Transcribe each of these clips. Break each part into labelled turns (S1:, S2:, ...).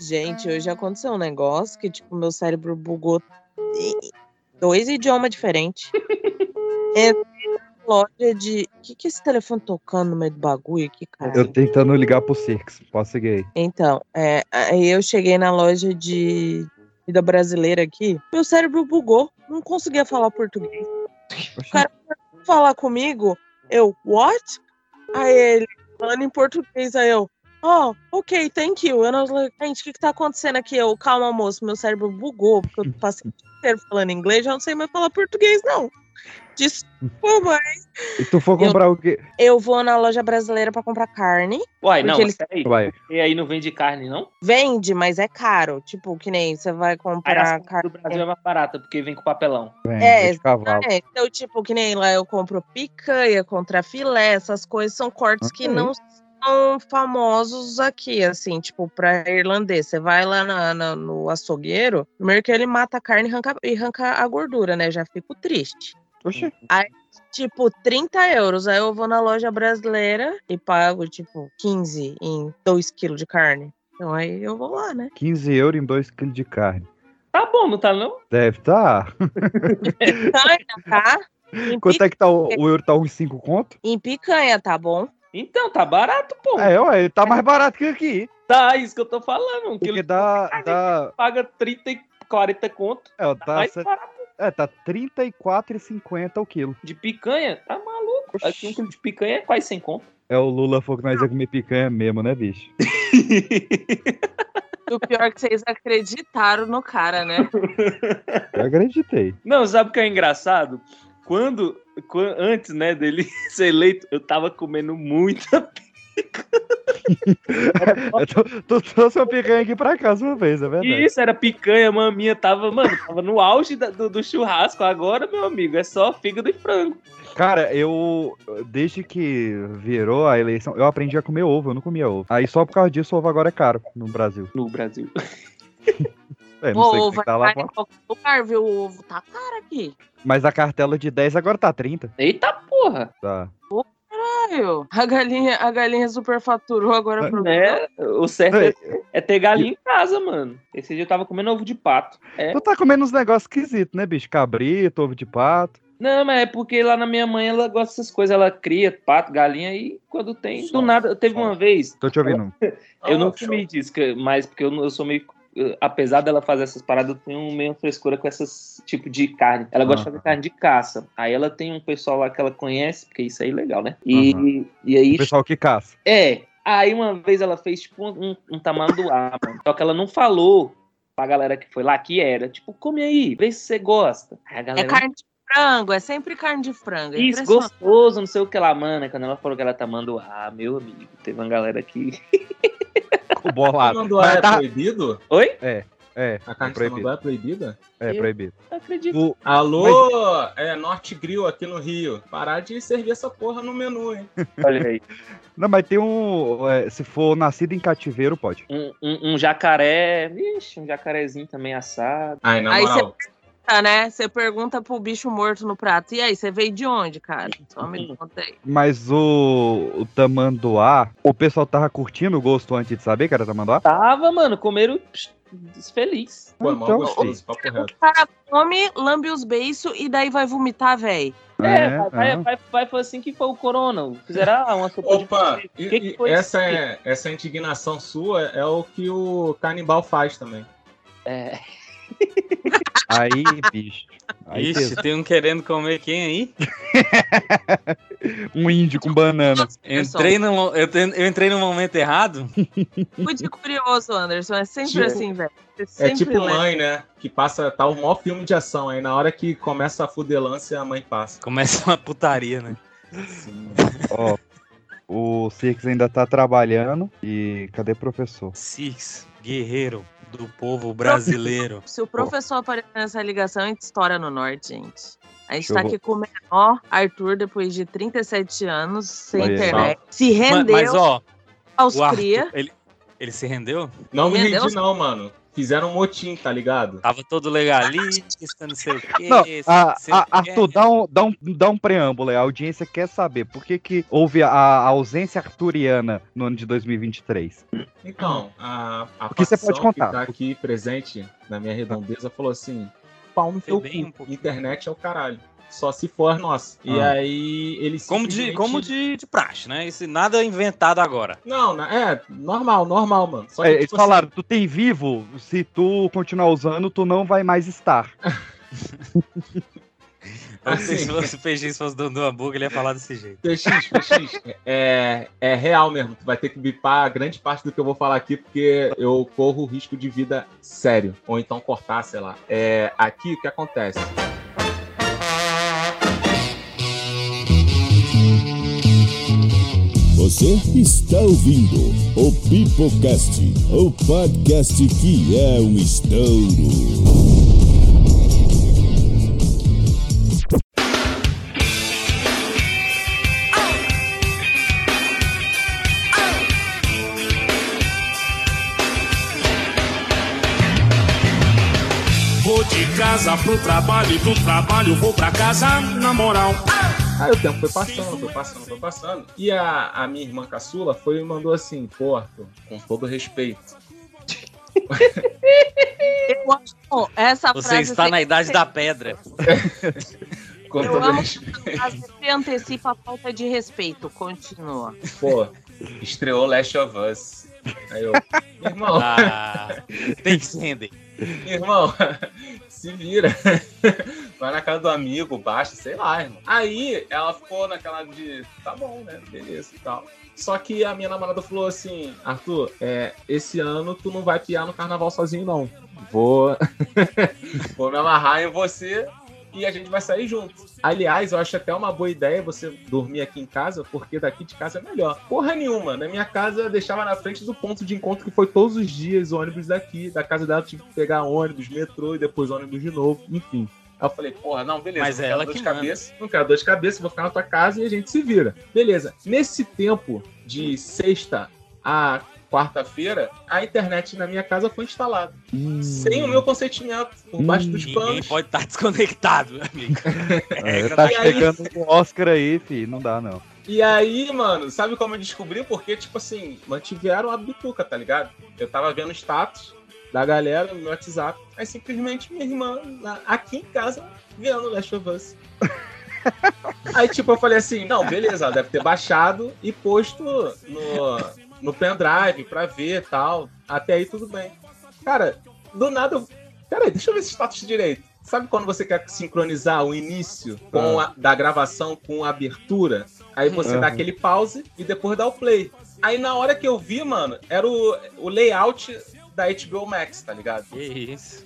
S1: Gente, hoje aconteceu um negócio que, tipo, meu cérebro bugou em dois idiomas diferentes. é loja de. O que, que é esse telefone tocando no meio do bagulho aqui, cara?
S2: Eu tentando ligar pro Cirques, posso seguir aí.
S1: Então, é, aí eu cheguei na loja de comida brasileira aqui, meu cérebro bugou, não conseguia falar português. O cara foi falar comigo, eu, what? Aí ele, falando em português, aí eu, oh, ok, thank you. Eu não, gente, o que, que tá acontecendo aqui? Eu, calma, moço, meu cérebro bugou, porque eu passei o dia inteiro falando inglês, eu não sei mais falar português, não. Desculpa, mas
S2: E tu for comprar o quê?
S1: eu vou na loja brasileira pra comprar carne.
S3: Uai, não,
S1: Porque
S3: mas peraí.
S2: Vai.
S3: E aí não vende carne, não?
S1: Vende, mas é caro. Tipo, que nem você vai
S3: Aí
S1: comprar
S3: as
S1: Ah, carne.
S3: do Brasil é mais barata, porque vem com papelão.
S2: Vem,
S1: É,
S2: é, de cavalo.
S1: É, então, tipo, que nem lá eu compro picanha contra filé, essas coisas são cortes que
S2: Ok.
S1: não são famosos aqui, assim, tipo, pra irlandês. Você vai lá na- na- no açougueiro, primeiro que ele mata a carne e arranca, e arranca a gordura, né? Já fico triste.
S2: Oxi.
S1: Tipo, 30 euros. Aí eu vou na loja brasileira e pago, tipo, 15 em 2 quilos de carne. Então aí eu vou lá, né?
S2: 15 euros em 2 kg de carne.
S3: Tá bom, não tá não?
S2: Deve tá.
S1: Picanha, tá? Em,
S2: Quanto
S1: pi-
S2: é que tá o, o euro? Tá uns 5 conto?
S1: em picanha, tá bom?
S3: Então, tá barato, pô.
S2: É, ué, ele tá mais barato que aqui.
S3: Tá, isso que eu tô falando. Um quilo
S2: Porque dá. dá
S3: paga 30 e 40 conto.
S2: é, ó,
S3: Tá
S2: tá,
S3: mais
S2: set-
S3: barato
S2: é, tá 34,50 o quilo.
S3: de picanha. Tá maluco. Aqui um quilo de picanha é quase 100 conto.
S2: É o Lula falou que nós ia comer picanha mesmo, né, bicho?
S1: E o pior é que vocês acreditaram no cara, né?
S2: Eu acreditei.
S3: Não, sabe o que é engraçado? Quando, quan- antes, né, dele ser eleito, eu tava comendo muita
S2: Eu tô- Tu trouxe uma picanha aqui pra casa uma vez, é verdade.
S3: E Isso, era picanha, maminha, tava, mano, tava no auge da- do, do churrasco. Agora, meu amigo, é só fígado e frango.
S2: Cara, eu. Desde que virou a eleição, eu aprendi a comer ovo, eu não comia ovo. Aí só por causa disso, ovo agora é caro no Brasil.
S3: No Brasil.
S2: É, não
S1: Pô,
S2: sei como é
S1: ovo
S2: que
S1: é
S2: tá lá.
S1: caro em qualquer lugar, viu? O ovo tá caro aqui.
S2: Mas a cartela de 10 agora tá 30.
S3: Eita porra!
S2: Tá.
S1: Caralho. A galinha, a galinha superfaturou agora
S2: É.
S1: pro
S3: Né? O certo é, é ter galinha em casa, mano. Esse dia eu tava comendo ovo de pato. É.
S2: Tu tá comendo uns negócios esquisitos, né, bicho? Cabrito, ovo de pato.
S3: Não, mas é porque lá na minha mãe ela gosta dessas coisas, ela cria pato, galinha e quando tem.
S2: Só,
S3: do nada, teve
S2: só. Ah,
S3: uma vez,
S2: Tô te ouvindo.
S3: eu não comi disso, que- mas porque eu, não- eu sou meio. eh, Apesar dela fazer essas paradas, eu tenho meio frescura com essas tipo de carne. Ela gosta de fazer
S2: Aham.
S3: carne de caça. Aí ela tem um pessoal lá que ela conhece, porque isso aí é legal, né? E, e aí.
S2: O pessoal que caça.
S3: É. Aí uma vez ela fez tipo um, um tamanduá, mano. Só que ela não falou pra galera que foi lá que era. Tipo, come aí, vê se você gosta. Aí a
S1: É
S3: galera.
S1: carne de frango, é sempre carne de frango. É
S3: Isso,
S1: impressionante.
S3: gostoso, não sei o que lá, mano. Quando ela falou que ela tá manduá, meu amigo, teve uma galera que.
S2: Ficou bolado.
S4: Tamanduá
S2: Mas
S4: é
S2: tá-
S4: proibido?
S3: Oi?
S2: É,
S4: A carne de
S2: Proibido.
S4: tamanduá é proibida?
S2: é proibido.
S3: Não acredito.
S2: O-
S4: Alô, é Norte Grill aqui no Rio. Parar de servir essa porra no menu, hein?
S3: Olha aí.
S2: Não, mas tem um. é, se for nascido em cativeiro, pode.
S3: um, um- um jacaré. Vixe, um jacarezinho também assado.
S4: Ai, na
S1: Aí
S4: moral.
S1: Tá, né? Você pergunta pro bicho morto no prato. E aí, você veio de onde, cara? Só me conta aí.
S2: Mas o, o tamanduá, o pessoal tava curtindo o gosto antes de saber que era tamanduá?
S3: Tava, mano, comeram psh, feliz.
S4: Pô, é mó
S2: Então,
S4: gostoso, papo reto.
S1: O cara come, lambe os beiços e daí vai vomitar, véi.
S3: É, vai, vai,
S2: é.
S3: vai, vai, foi assim que foi o corona. Fizeram ah, uma sopa
S4: Opa,
S3: de...
S4: e-
S3: que que
S4: e
S3: foi
S4: essa,
S3: isso?
S4: é, essa indignação sua é o que o canibal faz também.
S3: É,
S2: Aí, bicho. Aí,
S5: Ixi, tem um querendo comer quem aí?
S2: teve um índio com banana.
S5: Eu entrei no, eu, ten- eu entrei no momento errado?
S1: Muito curioso, Anderson. É sempre
S4: Tipo-
S1: assim, velho. Você
S4: É
S1: sempre
S4: tipo
S1: lembra.
S4: mãe, né? Que passa, tá o maior filme de ação aí. Na hora que começa a fudelância, a mãe passa. assim.
S5: Começa uma putaria, né?
S2: Ó, o Cirques ainda tá trabalhando. E cadê o professor?
S5: Six, guerreiro do povo brasileiro.
S1: Se o professor aparecer nessa ligação, a gente estoura no norte, gente. A gente
S2: Deixa eu
S1: tá
S2: vo-
S1: aqui com o menor Arthur, depois de 37 anos, sem
S2: Olha aí.
S1: internet. Se
S5: Ma-
S1: rendeu
S5: Mas, ó,
S1: aos
S5: o Arthur,
S1: cria.
S5: ele, ele se rendeu?
S4: Não me
S1: Meu
S4: rendi,
S1: Deus.
S4: não, mano. Fizeram um motim, tá ligado?
S5: Tava todo legalista, não sei o quê.
S2: Não, a,
S5: sei
S4: é
S2: a-
S5: o quê.
S2: Arthur, dá um, dá, um, dá um preâmbulo aí. A audiência quer saber por que, que houve a, a ausência arturiana no ano de 2023.
S5: Hum.
S4: Então, a, a
S2: O que você pode
S4: facção
S2: contar?
S4: que tá aqui presente na minha redondeza falou assim: pau no teu
S5: Foi bem um
S4: cu,
S5: pouquinho.
S4: internet é o caralho. Só se for nossa. E
S2: Ah.
S4: aí eles.
S5: Como, de,
S4: simplesmente-
S5: como de, de praxe, né? Esse nada inventado agora.
S4: Não, na- é, normal, normal, mano. Só que,
S2: É, eles
S4: tipo assim,
S2: falaram, tu tem vivo, se tu continuar usando, tu não vai mais estar.
S5: Eu não sei
S4: Assim.
S5: Então, se fosse o PX fosse dono do hambúrguer, ele ia falar desse jeito.
S4: PX, PX, é, é real mesmo. Tu vai ter que bipar grande parte do que eu vou falar aqui, porque eu corro risco de vida sério. Ou então cortar, sei lá. É, aqui o que acontece?
S6: Você está ouvindo o Pipocast, o podcast que é um estouro.
S7: Vou de casa pro trabalho e do trabalho vou pra casa, na moral.
S4: Aí o tempo foi passando, foi passando, foi passando. E a, a minha irmã caçula foi e mandou assim, pô, Arthur, com todo respeito.
S1: Eu acho bom, essa
S5: Você
S1: frase assim.
S5: está
S1: sempre
S5: na idade
S1: tem-
S5: da pedra.
S4: Com
S1: Eu
S4: todo
S1: amo
S4: respeito.
S1: Ela sempre antecipa a falta de respeito. Continua.
S4: Pô, estreou Last of Us. Aí eu, irmão,
S5: Ah, tem que entender.
S4: Irmão, se vira. Vai na casa do amigo, baixa, sei lá, irmão. Aí ela ficou naquela de, tá bom, né? Beleza e tal. Só que a minha namorada falou assim: Arthur, é, esse ano tu não vai piar no carnaval sozinho, não. Vou. Vou me amarrar em você e a gente vai sair junto. Aliás, eu acho até uma boa ideia você dormir aqui em casa, porque daqui de casa é melhor. Porra nenhuma, na minha casa eu deixava na frente do ponto de encontro que foi todos os dias o ônibus daqui. Da casa dela eu tive que pegar ônibus, metrô e depois ônibus de novo, enfim. Aí eu falei, porra, não, beleza.
S5: Mas
S4: não
S5: é
S4: quero
S5: ela
S4: dor
S5: que
S4: de
S5: manda.
S4: cabeça, Não quero dor de cabeça, vou ficar na tua casa e a gente se vira. Beleza. Nesse tempo de sexta a quarta-feira, a internet na minha casa foi instalada. Sem o meu consentimento, por baixo dos
S5: Hum. Ninguém
S4: panos.
S5: pode estar desconectado, meu amigo.
S2: É, tá
S4: e aí?
S2: chegando o Oscar aí, fi, não dá não.
S4: E aí, mano, sabe como eu descobri? Porque, tipo assim, mantiveram a bituca, tá ligado? Eu tava vendo o status da galera no meu WhatsApp, aí simplesmente minha irmã lá- aqui em casa vendo Last of Us. aí, tipo, eu falei assim, não, beleza, ela deve ter baixado e posto no, no pendrive pra ver e tal. Até aí tudo bem. Cara, do nada, eu- peraí, deixa eu ver esse status direito. Sabe quando você quer sincronizar o início com a- da gravação com a abertura? Aí você
S2: Uhum.
S4: dá aquele pause e depois dá o play. Aí na hora que eu vi, mano, era o, o layout da HBO Max, tá ligado?
S5: Que isso.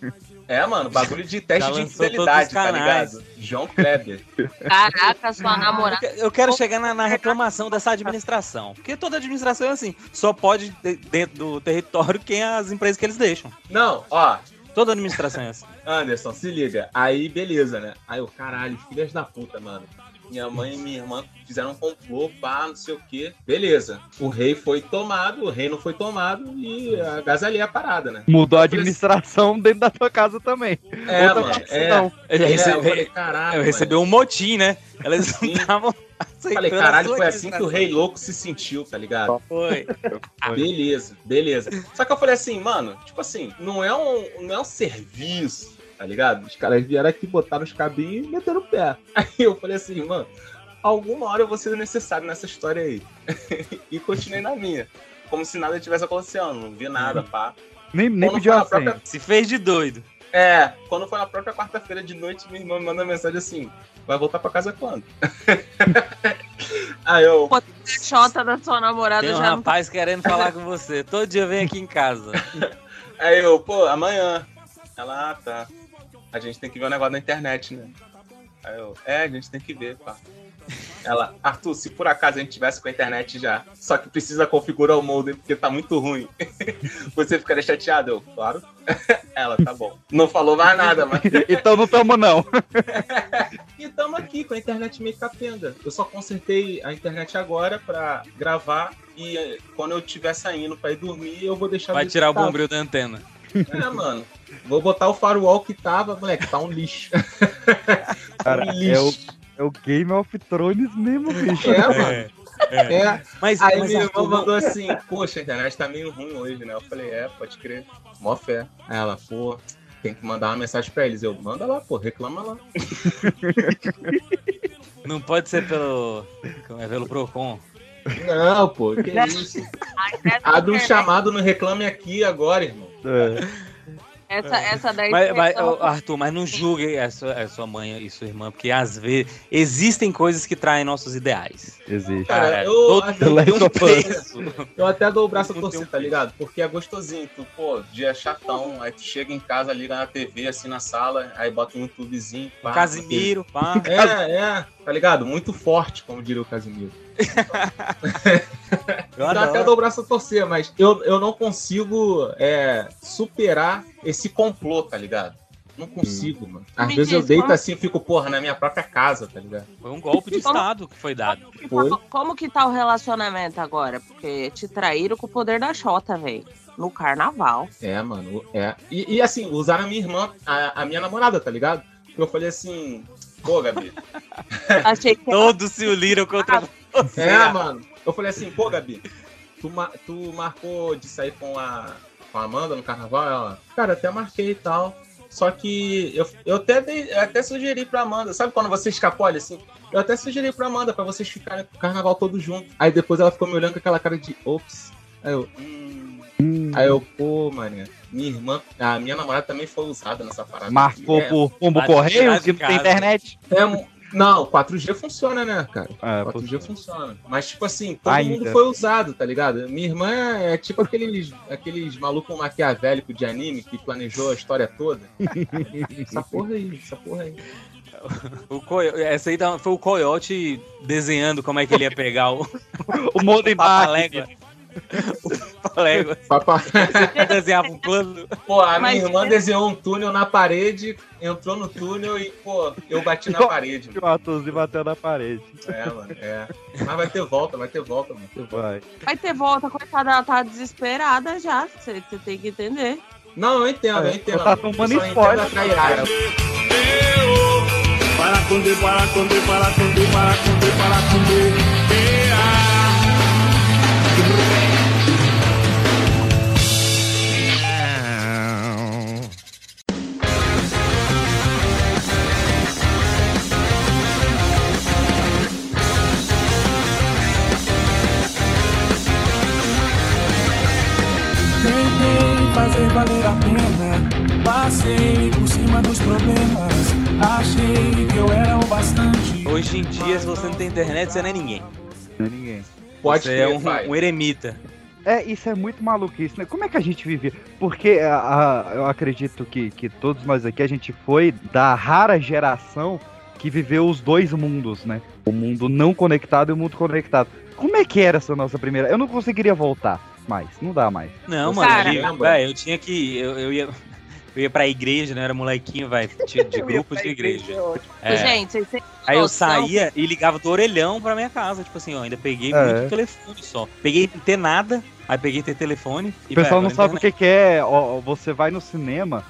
S4: É, mano, bagulho de teste de
S5: Já lançou todos os
S4: infidelidade, tá
S5: canais.
S4: ligado? João Kleber.
S1: Caraca, sua namorada.
S5: Eu quero chegar na, na reclamação dessa administração. Porque toda administração é assim. Só pode, de- dentro do território, quem é as empresas que eles deixam.
S4: Não, ó,
S5: Toda administração é assim.
S4: Anderson, se liga. Aí, beleza, né? Aí eu, caralho, filhas da puta, mano. Minha mãe e minha irmã fizeram um complô, pá, não sei o quê. Beleza. O rei foi tomado, o reino foi tomado e a gasolina é parada, né?
S2: Mudou a administração dentro da tua casa também.
S4: É,
S2: Outra
S4: mano.
S2: facção.
S4: É,
S5: Ele
S4: é,
S5: recebe-
S4: eu falei, caralho.
S5: eu
S4: mano.
S5: recebi um motim, né? Elas não
S4: ah, Sim.
S5: estavam aceitando.
S4: Eu Falei,
S5: a
S4: caralho,
S5: sua
S4: foi assim que o rei
S5: administração.
S4: louco se sentiu, tá ligado?
S5: Foi.
S4: Beleza, beleza. Só que eu falei assim, mano, tipo assim, não é um, não é um serviço, tá ligado? Os caras vieram aqui, botaram os cabinhos e meteram o pé. Aí eu falei assim, mano, alguma hora eu vou ser necessário nessa história aí. e continuei na minha. Como se nada tivesse acontecendo, não vi nada, pá.
S2: Nem, nem
S4: Quando
S2: pediu
S4: foi
S2: a
S4: na própria-
S2: senha.
S5: Se fez de doido.
S4: É, quando foi na própria quarta-feira de noite, minha irmã me manda mensagem assim, vai voltar pra casa quando? aí eu,
S1: Xota é da sua namorada
S5: Tem um
S1: Tá já não
S5: rapaz querendo falar com você. Todo dia vem aqui em casa.
S4: Aí eu, pô, amanhã. Ela, ah, tá. A gente tem que ver o negócio da internet, né? Aí eu, é, a gente tem que ver, pá. Ela, Arthur, se por acaso a gente tivesse com a internet já, só que precisa configurar o modem porque tá muito ruim. Você ficaria chateado? Eu, claro. Ela, tá bom. Não falou mais nada, mas.
S2: Então não tamo não.
S4: E tamo aqui com a internet meio capenga. Eu só consertei a internet agora pra gravar e eh, quando eu estiver saindo pra ir dormir, eu vou deixar.
S5: Vai tirar o
S4: desocupado.
S5: bombril da antena.
S4: É, mano. Vou botar o firewall que tava, moleque, tá um lixo.
S2: Cara,
S4: um
S2: é o,
S4: lixo.
S2: é o Game of Thrones mesmo, bicho.
S4: É, mano. É.
S5: Mas,
S4: Aí
S5: mas
S4: meu
S5: Arthur,
S4: irmão mandou assim, poxa, a internet tá meio ruim hoje, né? Eu falei, é, pode crer. Mó fé. Aí ela, pô, tem que mandar uma mensagem pra eles. Eu, manda lá, pô, reclama lá.
S5: não pode ser pelo. como é, pelo Procon.
S4: Não, pô, que isso. Abre um chamado no Reclame Aqui agora, irmão.
S2: É.
S8: Essa, essa
S1: É,
S8: daí.
S5: Mas,
S8: foi
S5: mas,
S8: só uma
S5: ô, Arthur, mas não julgue a sua, a sua mãe e sua irmã, porque às vezes existem coisas que traem nossos ideais.
S2: Existe.
S4: Cara,
S5: Cara,
S4: eu
S5: todo
S4: acho
S2: The
S4: que tem
S2: Last
S4: um
S2: of Us.
S4: preço. Eu até dou o braço a
S5: Não tem
S4: torcer,
S5: um
S4: tá ligado? Porque é gostosinho. Tu, pô, dia chatão, aí tu chega em casa, liga na TV, assim na sala, aí bota um YouTubezinho. pá,
S5: Casimiro, pá.
S4: porque- É, é, tá ligado? Muito forte, como diria o Casimiro.
S5: Eu
S4: Dá até
S5: adoro.
S4: dou o braço a torcer, mas eu, eu não consigo é, superar esse complô, tá ligado? Não consigo, mano. Às
S8: Me
S4: vezes eu
S8: diz,
S4: deito
S8: como-
S4: assim e fico, porra, na minha própria casa, tá ligado?
S5: Foi um golpe de Estado que foi dado.
S8: Como que
S4: Foi.
S8: tá- Como que tá o relacionamento agora? Porque te traíram com o poder da Xota, velho. No carnaval.
S4: É, mano, é. E, e, assim, usaram a minha irmã, a, a minha namorada, tá ligado? Eu falei assim, pô, Gabi.
S8: Achei que
S5: Todos se uniram contra você.
S4: é, mano. Eu falei assim, pô, Gabi, tu, ma- tu marcou de sair com a, com a Amanda no carnaval? Ela, cara, até marquei e tal. Só que eu, eu, até dei- eu até sugeri pra Amanda, sabe quando você escapole assim? Eu até sugeri pra Amanda pra vocês ficarem com o carnaval todo junto. Aí depois ela ficou me olhando com aquela cara de ops. Aí eu, hum. Aí eu, pô, mané, minha irmã, a minha namorada também foi usada nessa parada.
S2: Marcou
S4: É,
S2: por pombo
S5: Bate
S2: correio
S5: tirado
S2: que
S5: de
S2: não tem
S5: casa.
S2: internet.
S4: É, um- não, 4G funciona, né, cara?
S2: Ah,
S4: 4G funciona. Mas, tipo assim, todo
S2: Ainda.
S4: mundo foi usado, tá ligado? Minha irmã é tipo aqueles, aqueles malucos maquiavélicos de anime que planejou a história toda. essa porra aí, essa porra aí.
S5: O Coyo- Essa aí tá- foi o Coyote desenhando como é que ele ia pegar
S4: Ah,
S5: o
S4: um
S2: o mundo
S5: Papalégua. O Papalégua.
S4: Papai.
S5: Ele desenhava um plano.
S4: Pô, a
S8: Mas-
S4: minha irmã desenhou um túnel na parede, entrou no túnel e, pô, eu bati na parede. Mano.
S2: O Arthurzinho bateu na parede.
S4: É, mano, é. Mas vai ter volta, vai ter volta, mano. Vai ter volta.
S2: Vai.
S8: vai ter volta, coitada, ela tá desesperada já. Você tem que entender.
S4: Não, eu entendo, eu
S2: É,
S4: entendo.
S2: tá
S4: mano. Eu
S2: tomando
S4: só entendo
S2: spoiler.
S4: a trairada.
S7: Para conde, para conde, para conde, para conde, para conde.
S9: Tentei fazer valer a pena. Passei por cima dos problemas. Achei que eu era o bastante.
S5: Hoje em dia, se você não tem internet, você não é ninguém.
S2: Ninguém.
S4: Pode
S5: Você é
S4: crer,
S5: um,
S4: pai.
S5: um eremita.
S2: É, isso é muito maluquice, né? Como é que a gente vivia? Porque a- a- eu acredito que, que todos nós aqui, a gente foi da rara geração que viveu os dois mundos, né? O mundo não conectado e o mundo conectado. Como é que era essa nossa primeira? Eu não conseguiria voltar mais, não dá mais.
S5: Não,
S4: Você é
S5: mano.
S8: cara-
S5: eu- Véi, eu tinha que. Eu, eu ia. Eu ia pra igreja, né? Eu era molequinho, vai, de, de grupo de igreja. É.
S8: Gente, vocês têm
S5: Aí eu
S8: noção?
S5: saía e ligava do orelhão pra minha casa. Tipo assim, ó, ainda peguei
S2: É.
S5: muito telefone só. Peguei ter nada, aí peguei ter telefone.
S2: O pessoal não sabe o que, que é. Ó, ó, você vai no cinema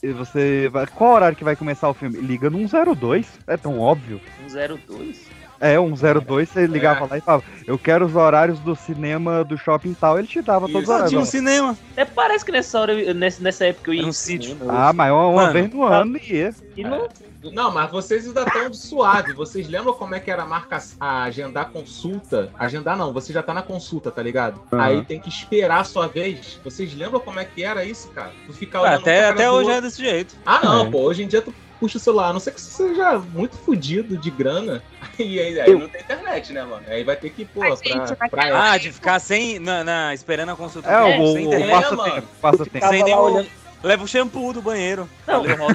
S2: e você vai. Qual horário que vai começar o filme? Liga no 102. É tão óbvio.
S3: Um 02?
S2: É, 102, você ligava lá e falava, eu quero os horários do cinema do shopping tal, ele te dava todos os
S4: Isso.
S5: Só
S2: horários.
S5: tinha um cinema.
S3: Até É, parece que nessa hora, eu- nessa, nessa época eu ia
S5: Era um
S3: em
S5: sítio. né? É.
S3: cinema,
S2: Ah, mas uma, uma
S5: Mano,
S2: vez no ano é, ia.
S3: e não-
S4: Não, mas vocês ainda estão suave. Vocês lembram como é que era a marca a agendar consulta? Agendar não, você já tá na consulta, tá ligado?
S2: Aham.
S4: Aí tem que esperar a sua vez. Vocês lembram como é que era isso, cara? Tu ficar
S5: Cara,
S4: Tá olhando
S5: Ah, até
S4: pra cara
S5: até
S4: do
S5: hoje
S4: outro.
S5: é desse jeito.
S4: Ah, não,
S2: É.
S4: pô. Hoje em dia tu puxa o celular, a não ser que você seja muito fudido de grana. E aí, aí não tem internet, né, mano? Aí vai ter que, pô,
S8: Mas,
S4: pra,
S8: gente, vai
S4: pra
S8: ter-
S5: Ah, de ficar sem. Na, na- esperando a consulta.
S2: É, o,
S5: sem
S2: o, o
S5: internet,
S2: passatempo. passatempo.
S5: sem
S3: Tava
S5: nem
S3: lá
S5: o-
S3: olhando.
S5: Leva o shampoo do banheiro.
S3: Não.
S5: Valeu, Rosa.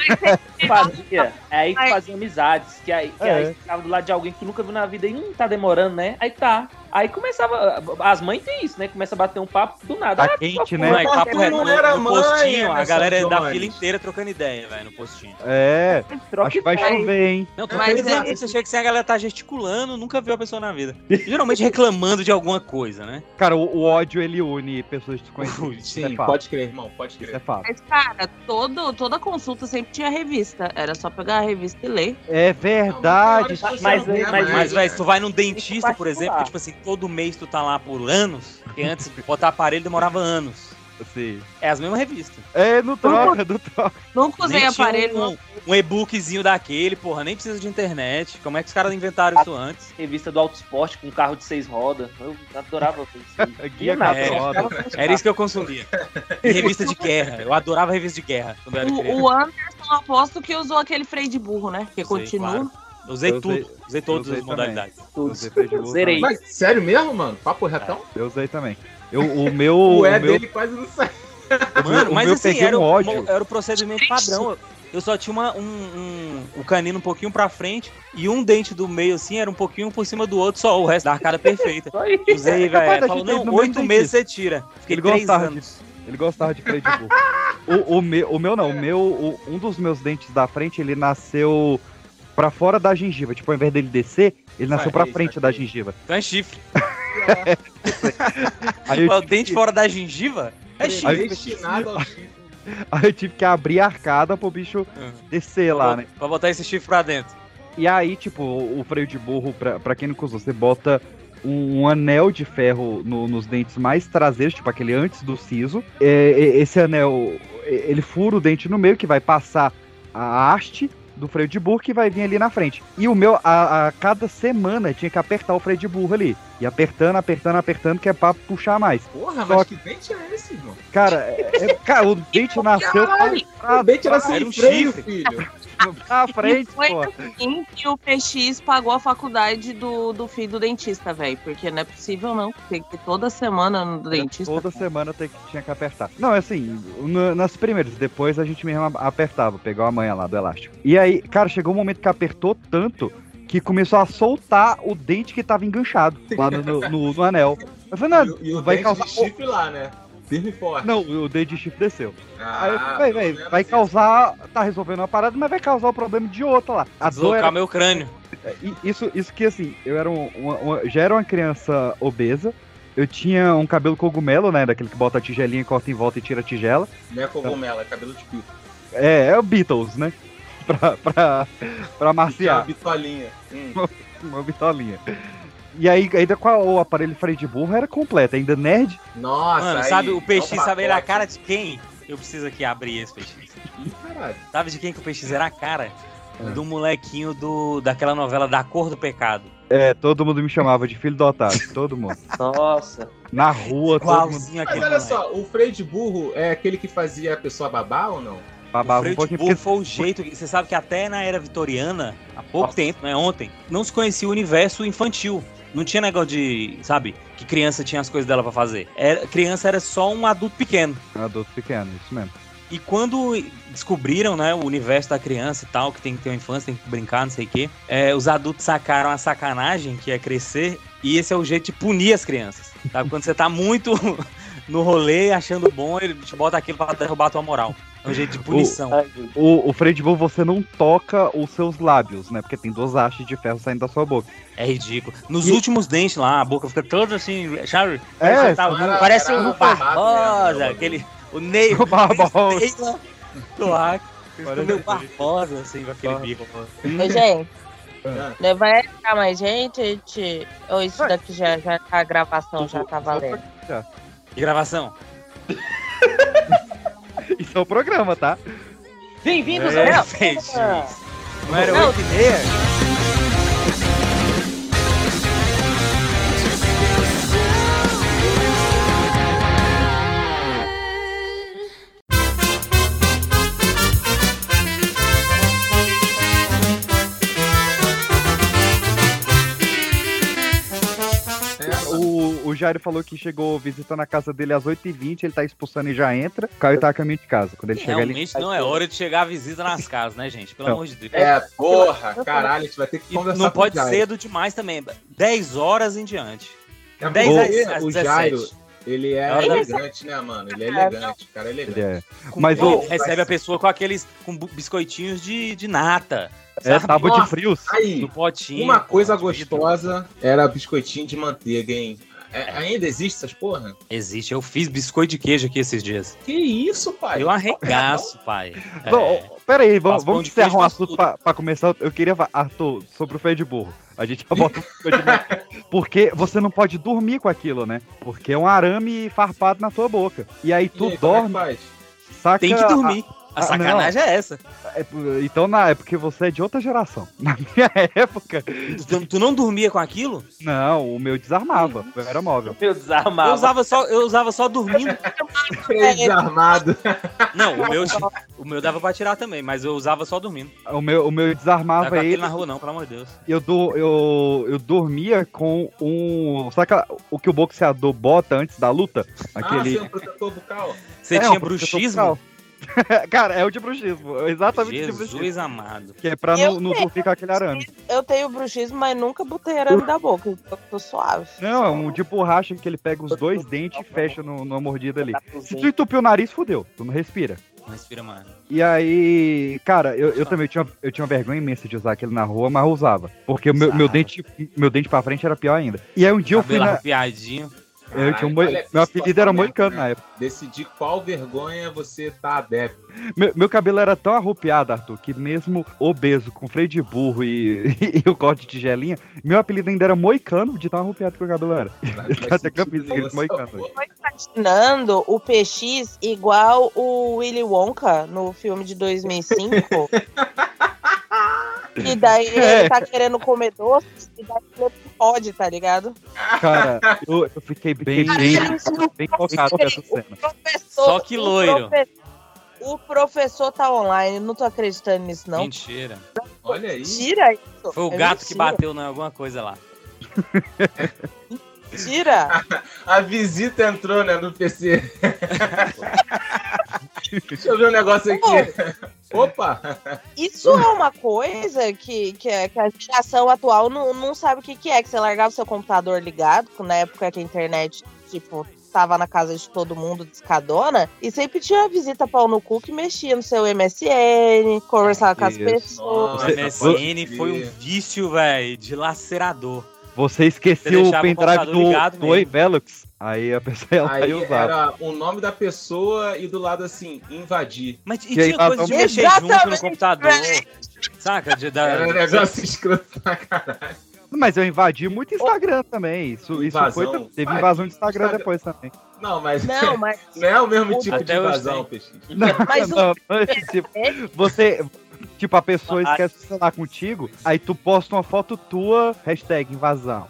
S3: fazia, aí que fazia amizades, que aí, que
S2: É.
S3: aí ficava do lado de alguém que nunca viu na vida e não tá demorando, né? Aí tá. Aí começava. As mães tem isso, né? Começa a bater um papo do nada.
S2: Tá
S3: Ah,
S2: quente,
S3: papo,
S2: né?
S5: Moleque, papo
S4: Não
S5: reto, no,
S4: era
S5: no
S4: mãe,
S5: postinho, a
S4: Anderson
S5: galera é da
S4: Jones.
S5: fila inteira trocando ideia, velho, no postinho.
S2: É,
S3: Troca
S2: acho que vai
S3: ideia.
S2: chover, hein?
S5: Não,
S8: Mas
S5: mas
S8: é-
S5: você chega assim, a galera tá gesticulando, nunca viu a pessoa na vida. Geralmente reclamando de alguma coisa, né?
S2: Cara, o, o ódio ele une pessoas desconhecidas. isso
S4: Sim,
S2: é fato.
S4: pode crer, irmão, pode
S2: Isso é
S4: crer.
S2: fato.
S8: Mas, cara, todo, toda consulta sempre tinha revista. Era só pegar a revista e ler.
S2: É verdade. é
S4: Não,
S3: mas-
S4: tem horas que você não
S3: mas-
S4: vê
S5: Mas,
S4: mais,
S5: velho,
S4: né?
S5: se tu vai num dentista, por exemplo,
S3: particular.
S5: que, tipo assim, todo mês tu tá lá por anos, que antes de botar aparelho demorava anos.
S2: Assim.
S5: É as mesmas revistas.
S2: É, não troca, não troca.
S8: Nunca usei
S5: Nem tinha
S8: aparelho.
S5: Um, um e-bookzinho daquele, porra, nem precisa de internet. Como é que os caras inventaram isso antes?
S3: Revista do Auto Esporte com um carro de seis rodas. Eu adorava ver isso.
S2: Guia
S3: Não,
S5: é,
S2: Cartola.
S3: eu ficava
S5: Era isso que eu consumia. E revista de guerra. Eu adorava revista de guerra quando eu era criança.
S8: O, o Anderson, aposto que usou aquele freio de burro, né? Que
S5: Usei,
S8: continua.
S5: claro. Eu Usei
S2: Eu
S5: tudo, usei, todas
S2: usei
S5: as
S2: também.
S5: modalidades.
S2: Eu
S3: tudo.
S2: usei feijão,
S3: Zerei.
S4: Mas sério mesmo, mano? Papo retão?
S2: Eu usei também. Eu, o meu.
S4: O
S2: o
S4: é
S2: meu-
S4: dele quase não sai.
S5: Mano,
S2: o
S5: mas
S2: meu
S5: assim,
S2: peguei
S5: era,
S2: um
S5: o-
S2: ódio.
S5: era o procedimento padrão. Eu só tinha uma- um, um, um canino um pouquinho pra frente e um dente do meio, assim, era um pouquinho por cima do outro, só o resto da arcada perfeita.
S3: Só isso.
S5: Usei,
S2: É capaz da gente
S5: velho. Falou,
S2: ter ido no
S5: não,
S2: mesmo
S5: oito meses você tira. Fiquei
S2: Ele
S5: três
S2: gostava
S5: anos.
S2: Ele gostava de freio de burro. o, o, meu, o meu não, o meu, o- um dos meus dentes da frente, ele nasceu pra fora da gengiva. Tipo, ao invés dele descer, ele nasceu pra
S4: Saquei,
S2: frente da
S4: saquei.
S2: gengiva.
S5: Então é chifre.
S2: Aí eu,
S5: o tipo, dente fora da gengiva é chifre.
S4: Destinado ao chifre.
S2: aí eu tive que abrir a arcada pro bicho
S5: Hum.
S2: descer lá, né?
S5: Pra botar esse chifre pra dentro.
S2: E aí, tipo, o freio de burro, pra, pra quem nunca usou, você bota um, um anel de ferro no- nos dentes mais traseiros, tipo aquele antes do siso. É, é, esse anel, é, ele fura o dente no meio, que vai passar a haste do freio de burro que vai vir ali na frente. E o meu, a, a cada semana, tinha que apertar o freio de burro ali. E apertando, apertando, apertando, que é pra puxar mais.
S4: Porra,
S2: Só
S4: mas que dente é esse, irmão?
S2: Cara, é- é- cara, o dente nasceu pra,
S4: O dente era
S5: era
S4: sem
S5: um
S4: freio,
S5: chifre.
S4: filho.
S2: pra
S8: E
S2: frente,
S8: foi
S2: pô.
S8: assim que o PX pagou a faculdade do, do filho do dentista, velho. Porque não é possível, não. Tem que ir toda semana no dentista.
S2: Toda semana tem que, tinha que apertar. Não, é assim, na- nas primeiras, depois a gente mesmo apertava, pegou a manha lá do elástico. E aí, cara, chegou um momento que apertou tanto que começou a soltar o dente que tava enganchado lá no, no- no- no anel. Eu falei, não,
S4: E o
S2: vai
S4: dente
S2: causar.
S4: de chifre lá, né? Firme e forte.
S2: Não, o dente de chifre desceu. Aí eu
S4: Ah,
S2: falei,
S4: pelo
S2: véi,
S4: menos
S2: vai
S4: isso.
S2: causar. Tá resolvendo uma parada, mas vai causar o problema de outra lá. A dor
S5: Deslocar
S2: era
S5: meu crânio.
S2: e Isso, isso que assim, eu era um- uma- uma- já era uma criança obesa. Eu tinha um cabelo cogumelo, né? Daquele que bota a tigelinha, corta em volta e tira a tigela.
S4: Não é cogumelo, é cabelo de pico.
S2: É, é o Beatles, né? Pra, pra, pra
S4: Tinha uma
S2: marciar
S4: bitolinha. Hum.
S2: uma bitolinha. E aí, ainda com a- o aparelho freio de burro era completo, ainda nerd.
S4: Nossa,
S5: Mano,
S4: aí,
S5: sabe, o
S4: é
S5: peixe
S4: um
S5: sabe ele a
S4: pacote.
S5: cara de quem? Eu preciso aqui abrir esse peixe.
S4: Ih, caralho.
S5: Sabe de quem que o peixe era a cara?
S4: É.
S5: Do molequinho do, daquela novela Da Cor do Pecado.
S2: É, todo mundo me chamava de filho do otário, todo mundo.
S3: Nossa.
S2: Na rua, todo mundo
S5: Igualzinho
S4: Mas
S5: aquele
S4: olha
S5: moleque.
S4: só, o freio de burro é aquele que fazia a pessoa babar ou não?
S5: O
S2: babava um
S5: freio de
S2: pouquinho.
S5: burro
S2: Porque,
S5: foi o jeito. que- Você sabe que até na era vitoriana, há pouco tempo, né? Ontem, não se conhecia o universo infantil. Não tinha negócio de, sabe, que criança tinha as coisas dela pra fazer. Era, criança era só um adulto pequeno.
S2: adulto pequeno, isso mesmo.
S5: E quando descobriram, né, o universo da criança e tal, que tem que ter uma infância, tem que brincar, não sei o quê, é, os adultos sacaram a sacanagem que é crescer, e esse é o jeito de punir as crianças. Sabe? Quando você tá muito no rolê, achando bom, ele te bota aquilo pra derrubar a tua moral. É um jeito de punição.
S3: Ai, gente.
S2: O, o freio de burro, você não toca os seus lábios, né? Porque tem duas hastes de ferro saindo da sua boca.
S5: É ridículo. Nos últimos dentes lá, a boca fica toda assim, sabe?
S2: É,
S5: Parece que tá-
S4: era-
S5: parece
S4: era
S5: um
S4: roubado,
S5: Barbosa,
S4: né?
S5: aquele. O Ney.
S2: O Barbosa.
S5: Ney lá, do ar,
S2: Parece-
S5: Meu Barbosa, assim, com aquele bico.
S8: Ô, gente,
S2: É.
S4: Ah.
S8: não vai entrar mais gente, gente? Ou isso
S2: Vai.
S8: daqui já, já tá a gravação, já tá valendo?
S5: E gravação.
S2: Isso é o programa, tá?
S3: Bem-vindos
S5: É,
S3: a
S5: gente.
S3: Não,
S5: Não era
S8: Não.
S5: oito e meia? É,
S2: O, o Jairo falou que chegou visitando a casa dele às 8h20, ele tá expulsando e já entra. O Caio tá a caminho de casa. Quando ele chega ali.
S5: Realmente não é hora de chegar a visita nas casas, né, gente? Pelo
S2: Não.
S5: amor de Deus.
S4: É, porra, caralho, a gente vai ter que
S5: E
S4: conversar
S5: não
S4: com o
S5: pode
S4: Jairo.
S5: cedo demais também. 10 horas em diante.
S4: É
S5: 10
S4: porque
S5: às
S4: o
S5: 17.
S4: Jairo, ele é
S5: Ele é
S4: elegante, né, mano? Ele é elegante, o cara é elegante.
S2: É. Mas
S5: Ele
S2: o.
S5: recebe a pessoa com aqueles com bu- biscoitinhos de, de nata.
S2: É
S5: Sabe?
S2: tábua de
S4: Nossa,
S2: frios.
S4: Aí,
S5: Do potinho.
S4: uma coisa
S5: do vidro.
S4: gostosa era biscoitinho de manteiga, hein? É, ainda existe essas porra?
S5: Existe. Eu fiz biscoito de queijo aqui esses dias.
S4: Que isso, pai?
S5: Eu arregaço, pai. É.
S2: Bom, peraí, vamos,
S5: Faz pão
S2: vamos
S5: de
S2: encerrar
S5: queijo,
S2: um
S5: faz
S2: assunto
S5: tudo.
S2: pra, pra começar. Eu queria falar, Arthur, sobre o pé de burro. A gente já volta pro pé de burro. Porque você não pode dormir com aquilo, né? Porque é um arame farpado na sua boca. E aí tu
S4: E aí, como é que
S2: dorme,
S4: faz?
S2: saca...
S5: É, Tem que dormir. A,
S2: ah,
S5: sacanagem é essa.
S2: É, então, na, é porque você é de outra geração. Na minha época,
S5: Tu, tu não dormia com aquilo?
S2: não, o meu desarmava.
S1: Uhum.
S2: Eu era móvel.
S3: Eu
S5: Eu
S3: desarmava.
S5: usava só, eu usava só dormindo.
S4: Três desarmado.
S1: é,
S5: Não, o meu, o meu dava pra tirar também, mas eu usava só dormindo.
S2: O meu, o meu
S5: Não era com
S2: desarmava
S5: aquele
S2: ele.
S5: na rua, não, pelo amor de Deus.
S2: Eu, do, eu, eu dormia com um. Saca o que o boxeador bota antes da luta?
S4: Ah,
S2: Aquele.
S4: você é um protetor bucal.
S5: Você
S2: É,
S5: tinha
S2: um protetor
S5: bruxismo?
S2: bucal. Cara, é o de bruxismo. é Exatamente o de bruxismo.
S5: Jesus amado.
S2: Que é pra
S1: Eu
S2: não, não
S1: sei.
S2: dormir com aquele arame.
S1: Eu tenho bruxismo, mas nunca botei arame da boca. Então eu tô suave.
S2: Não, é um de borracha que ele pega os dois dentes e fecha no- numa mordida ali.
S3: Tá
S2: Se tu entupiu o nariz, fudeu. Tu não respira.
S5: Não respira, mano.
S2: E aí, cara, eu, eu também tinha, eu tinha uma vergonha imensa de usar aquele na rua, mas eu usava. Porque o meu, meu,
S5: Ah.
S2: dente, meu dente pra frente era pior ainda. E aí um dia eu fui
S5: Cabelo
S2: na.
S5: arrepiadinho.
S2: Eu tinha um,
S4: Caralho,
S2: moi-
S4: olha a
S2: meu apelido era
S4: situação
S2: Moicano
S4: mesmo,
S2: na
S4: né?
S2: época.
S4: Decidir qual vergonha você tá adepto.
S2: Meu, meu cabelo era tão arrupiado, Arthur, que mesmo obeso, com freio de burro e, e o corte de gelinha, meu apelido ainda era Moicano de tão arrupiado que o cabelo era. Tá até camisa escrito Moicano.
S1: Imaginando o PX igual o Willy Wonka no filme de 2005. e daí
S2: É.
S1: ele tá querendo comer doce e daí ele não pode, tá ligado?
S2: Cara, eu, eu fiquei bem, bem, bem focado nessa cena.
S1: Professor,
S5: Só que
S1: o
S5: loiro.
S1: profe- O professor tá online, não tô acreditando nisso, não.
S5: Mentira.
S4: Olha aí.
S1: Tira isso.
S5: Foi o
S1: é
S5: gato que
S1: mentira,
S5: bateu em alguma coisa lá.
S1: Tira.
S4: A visita entrou, né, no PC. Deixa eu ver um negócio aqui. Opa!
S1: Isso é uma coisa que, que, é- que a geração atual não, não sabe o que, que é. Que você largava o seu computador ligado, na época que a internet, tipo, tava na casa de todo mundo, descadona, e sempre tinha uma visita pau no cu que mexia no seu MSN, conversava com as
S2: Isso.
S1: pessoas.
S5: O
S4: Nossa, pode
S5: MSN
S4: crer.
S5: foi um vício, velho, dilacerador.
S2: Você
S5: Você
S2: esqueceu
S5: deixava
S2: o
S5: o
S2: pendrive
S5: computador ligado
S2: do, do Oi
S5: mesmo.
S2: Velox. Aí a pessoa ia lá
S4: Aí
S2: e usava.
S4: era o nome da pessoa e do lado assim, invadir.
S5: Mas e
S2: E aí,
S5: tinha coisa de
S2: Platão?
S5: mexer junto no
S1: Exatamente,
S5: computador. Saca? De, da,
S4: Era um negócio escroto pra caralho.
S2: Mas eu invadi muito Instagram também. Isso, isso
S4: Invasão.
S2: foi. tam- Teve
S4: Vai.
S1: Ah,
S2: invasão de Instagram
S4: Instagram.
S2: depois também.
S4: Não, mas
S1: Não, mas.
S4: não é o mesmo tipo
S5: Até
S4: de
S5: hoje
S4: invasão, peixe.
S2: Não,
S1: Mas o-
S2: não, mas, tipo, você. Tipo, a pessoa
S5: Vai.
S2: esquece de falar contigo, aí tu posta uma foto tua, hashtag invasão.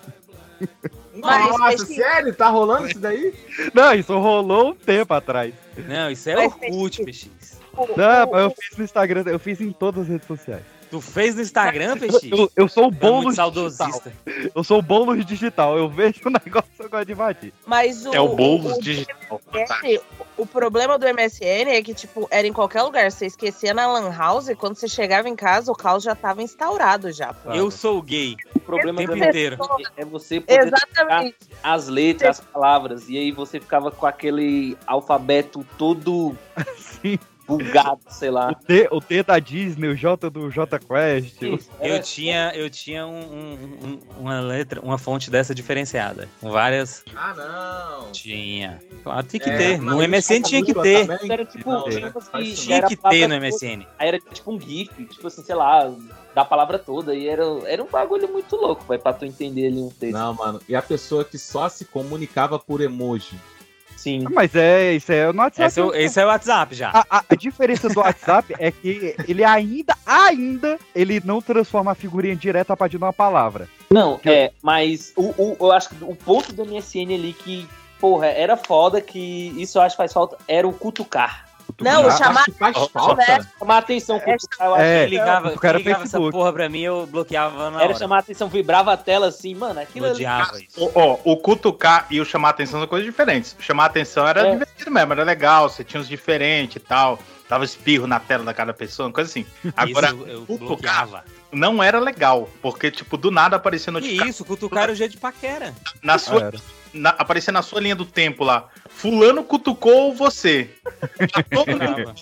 S1: Mas,
S4: Nossa,
S1: peixe-
S4: sério? Tá rolando isso daí?
S2: Não, isso rolou um tempo atrás.
S5: Não, isso é
S1: Mas
S5: Orkut, PX.
S1: o-
S2: Não,
S1: o-
S2: mas eu fiz no Instagram, eu fiz em todas as redes sociais.
S5: Tu fez no Instagram, PX?
S2: Eu, eu sou o
S5: Tu é muito
S2: bônus digital.
S5: saudosista.
S2: Eu sou o bônus digital. Eu vejo o negócio eu gosto de invadir.
S1: Mas o,
S10: É o Boulos
S1: o-
S10: digital.
S1: MSN, o problema do MSN é que, tipo, era em qualquer lugar. Você esquecia na Lan House e quando você chegava em casa, o caos já tava instaurado já. pô.
S5: Eu sou gay
S3: O
S5: o
S3: problema
S5: tempo
S3: também
S5: inteiro.
S3: é você poder
S1: Exatamente.
S3: as letras, as palavras, e aí você ficava com aquele alfabeto todo
S2: Sim.
S3: bugado, sei
S2: O
S3: lá.
S2: T, o T da Disney, o J do J Quest. o-
S5: Eu tinha, eu tinha um- um- um- uma letra, uma fonte dessa diferenciada. Com várias.
S4: Ah, não.
S5: Tinha. Claro, tem que
S4: É,
S5: ter.
S4: mas
S5: No MSN tinha que
S4: Lula
S5: ter.
S4: também.
S3: Era tipo,
S4: Não,
S3: tinha
S4: né?
S3: coisa
S4: Faz
S3: que
S4: isso,
S5: Tinha
S3: era
S5: que ter
S3: palavra
S5: no
S3: toda,
S5: MSN.
S3: Aí era tipo um GIF, tipo assim, sei lá, da palavra toda. E era, era um bagulho muito louco, vai pra tu entender ali um texto.
S4: Não, mano. E a pessoa que só se comunicava por emoji.
S3: Sim.
S2: Mas é, isso é no WhatsApp.
S5: Esse é, o- esse é o WhatsApp já.
S2: A, a- a diferença do WhatsApp é que ele ainda, ainda, ele não transforma a figurinha direta a partir de uma palavra.
S3: Não, é, mas o, o- eu acho que o ponto do MSN ali que, porra, era foda, que isso eu acho que faz falta, era o cutucar.
S1: Não, o
S2: Ah,
S1: chamado
S4: Acho que faz falta.
S3: Chamar atenção, cutucar, eu acho
S2: É,
S5: Quem
S3: que
S5: ligava,
S2: o cara
S5: quem ligava essa
S2: Facebook.
S5: porra pra mim, eu bloqueava na
S3: Era
S5: hora.
S3: chamar a atenção, vibrava a tela assim, mano. Aquilo ali.
S5: Odiava isso.
S10: O- Ó, o cutucar e o chamar atenção são coisas diferentes. O chamar atenção era
S3: É.
S10: divertido mesmo, era legal, você tinha uns diferentes e tal. Tava espirro na tela da cada pessoa, uma coisa assim. Agora,
S5: isso eu, eu
S10: cutucar.
S5: bloqueava.
S10: não era legal, porque, tipo, do nada aparecia
S5: Que
S10: notificação
S5: isso, cutucar era o jeito de paquera.
S10: na sua
S2: Era.
S10: na- aparecer na sua linha do tempo lá. Fulano cutucou você. Tá todo mundo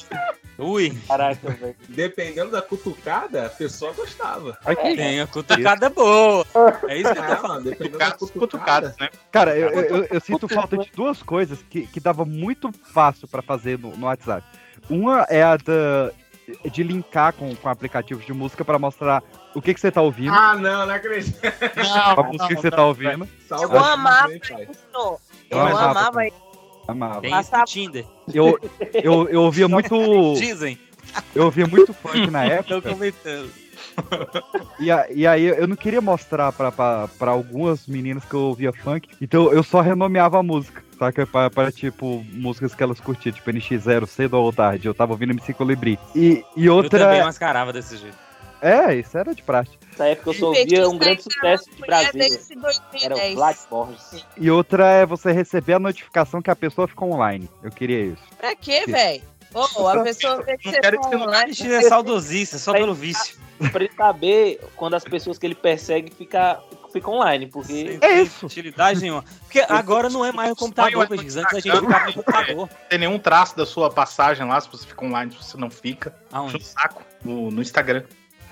S5: Ui.
S3: Caraca, velho.
S4: Dependendo da cutucada, a pessoa gostava.
S5: Tem a cutucada boa. É isso que eu tô falando.
S4: mano, dependendo da
S10: cutucados,
S4: cutucada.
S10: cutucadas, né?
S2: Cara, eu, eu, eu- eu sinto falta de duas coisas que, que dava muito fácil pra fazer no, no WhatsApp. Uma é a da, de linkar com, com aplicativos de música pra mostrar o que, que você tá ouvindo,
S4: Ah, não, não acredito.
S11: Ah,
S2: a música que você tá ouvindo.
S4: Saudades,
S11: Eu amava
S4: hein, pai?
S11: isso. Eu
S2: Não é rápido.
S11: amava isso.
S2: Amava.
S5: Tem isso no Tinder.
S2: Eu, eu, eu ouvia muito.
S5: Dizem.
S2: Eu ouvia muito funk na
S5: Estão
S2: época.
S5: comentando.
S2: E, a- e aí eu não queria mostrar pra, pra, pra algumas meninas que eu ouvia funk. Então eu só renomeava a música. Saca? Para, tipo, músicas que elas curtiam, tipo NX0, cedo ou tarde. Eu tava ouvindo MC Colibri. E, e
S5: Eu também
S2: outra.
S5: mascarava desse jeito.
S2: É, isso era de praxe.
S3: Nessa época eu só ouvia um grande sucesso de Brasília.
S1: Desde
S3: Era o
S1: 2010.
S3: Vlad Borges.
S2: E outra é você receber a notificação que a pessoa ficou online. Eu queria isso.
S1: Pra quê, velho? Ô, a pessoa vê que
S10: Não
S1: você
S10: quero
S1: tá
S10: que você não
S1: online.
S5: Ele é saudosista, só pelo vício.
S3: Pra ele saber quando as pessoas que ele persegue ficam fica online, porque.
S2: É isso.
S5: Sem utilidade nenhuma. Porque agora não é mais o computador, Peixe. Antes a gente ficava no computador.
S10: Não tem nenhum traço da sua passagem lá, se você fica online, se você não fica. Puxa o
S5: Aonde?
S10: saco no, no Instagram.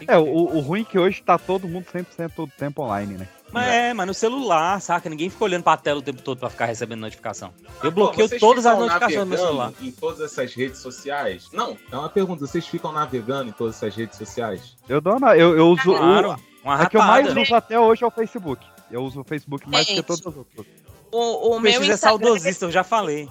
S2: É, o, o ruim é que hoje tá todo mundo 100% do tempo online, né?
S5: Mas é, mas no celular, saca? Ninguém fica olhando pra tela o tempo todo pra ficar recebendo notificação. Eu
S4: Pô,
S5: bloqueio
S4: vocês
S5: todas as
S4: ficam
S5: notificações do meu
S4: navegando
S5: celular.
S4: Em todas essas redes sociais? Não, é uma pergunta. Vocês ficam navegando em todas essas redes sociais?
S2: Eu dou uma, eu, eu uso.
S5: Claro, uma
S2: o, a que eu mais
S5: rapada.
S2: uso até hoje é o Facebook. Eu uso o Facebook mais que
S1: Gente.
S2: todas as outras.
S1: O, o
S5: O
S1: meu
S5: Peixe é
S1: Instagram,
S5: saudosista, eu já falei.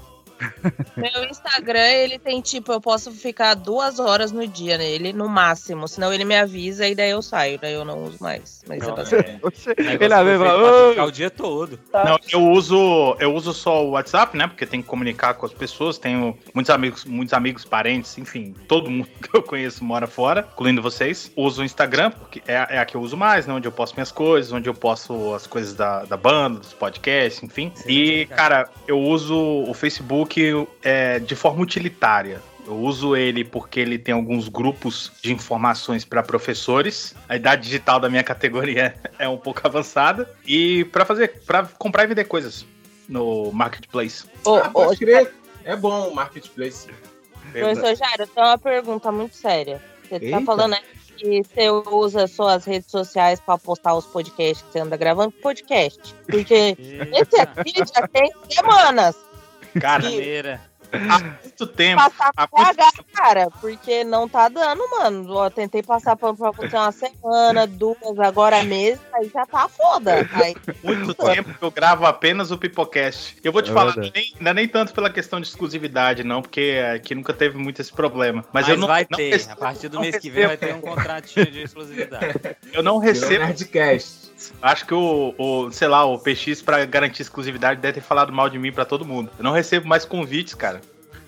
S1: meu Instagram, ele tem tipo, eu posso ficar duas horas no dia nele, no máximo. Senão ele me avisa e daí eu saio, daí eu não uso mais. Mas eu
S4: né? tá
S5: Não,
S1: não
S5: é.
S1: sei.
S2: Você-
S5: O negócio
S2: Ele é mesmo.
S5: foi feito pra tu
S2: "Ô,
S5: ficar o dia todo.
S10: Não, eu uso, eu uso só o WhatsApp, né? Porque tem que comunicar com as pessoas. Tenho muitos amigos, muitos amigos, parentes, enfim, todo mundo que eu conheço mora fora, incluindo vocês. Uso o Instagram, porque é, a- é a que eu uso mais, né? Onde eu posto minhas coisas, onde eu posto as coisas da, da banda, dos podcasts, enfim.
S5: Sim,
S10: E,
S5: sim, cara.
S10: cara, eu uso o Facebook é, de forma utilitária. Eu uso ele porque ele tem alguns grupos de informações para professores. A idade digital da minha categoria é um pouco avançada e para fazer, para comprar e vender coisas no marketplace.
S1: Ô,
S4: ah, pode
S1: ô,
S4: crer. É bom o marketplace.
S1: Professor Jairo, tem uma pergunta muito séria. Você tá
S4: Eita.
S1: falando aí que você usa suas redes sociais pra postar os podcasts que você anda gravando? Podcast. Porque esse aqui já tem semanas.
S10: Cara,
S5: Carneira.
S10: há muito tempo.
S1: Passar
S10: há muito-
S1: PH, cara, porque não tá dando, mano. Ó, tentei passar pano pra você uma semana, duas, agora mesmo, aí já tá foda. Aí,
S10: muito tempo que eu gravo apenas o Pipocast. Eu vou te
S2: É
S10: falar,
S2: verdade.
S10: nem, não é nem tanto pela questão de exclusividade, não, porque aqui nunca teve muito esse problema.
S5: Mas,
S10: Mas, eu não,
S5: vai
S10: não
S5: ter.
S10: recebo-
S5: a partir do
S10: não
S5: mês que vem vai
S10: recebo.
S5: ter um contratinho de exclusividade.
S10: eu não
S4: Virou
S10: recebo.
S4: Nerdcast.
S2: né?
S10: Acho que o, o, sei lá, o PX, pra garantir exclusividade, deve ter falado mal de mim pra todo mundo. Eu não recebo mais convites, cara.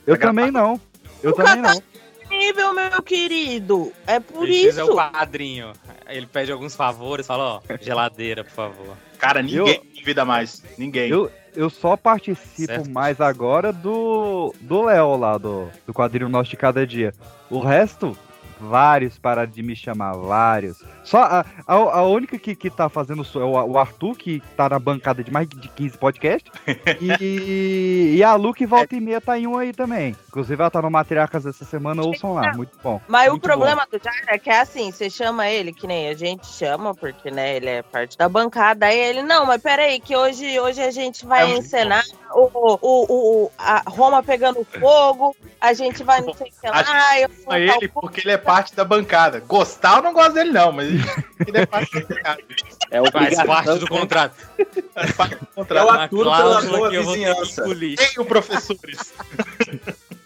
S2: Eu também não. Eu também não.
S1: nível, meu querido. É por
S5: Ele
S1: isso.
S5: é o padrinho. Ele pede alguns favores, fala, ó, geladeira, por favor.
S10: Cara, ninguém me convida mais. Ninguém.
S2: Eu, eu só participo
S5: Certo.
S2: mais agora do do Léo lá, do, do quadrinho nosso de cada dia. O resto, vários pararam de me chamar, vários. Só a, a, a única que, que tá fazendo isso é o, o Arthur, que tá na bancada de mais de 15 podcasts. e, e a Lu, que volta e meia tá em um aí também. Inclusive, ela tá no Matriarcas essa semana, ouçam lá, muito bom.
S10: É
S1: Mas o
S2: Muito
S1: problema do Jairo é que é assim, você chama ele, que nem a gente chama, porque né, ele é parte da bancada, aí ele, não, mas peraí, que hoje, hoje a gente vai
S10: É muito
S1: encenar o, o, o, o- a Roma pegando fogo, a gente vai não sei o que
S10: É. Acho que
S1: lá, eu vou
S10: a
S1: botar
S10: ele
S1: o cu-
S10: porque ele é parte da bancada. Gostar eu não gosto dele, não, mas ele é parte da bancada.
S3: É
S5: Faz parte
S3: obrigação.
S5: do contrato.
S10: Faz parte do
S4: É o
S10: contrato.
S5: Uma
S4: Arthur pela
S5: cláusula
S4: boa
S5: que eu vou ter que
S4: vizinhança.
S5: engolir.
S10: Tenho professores.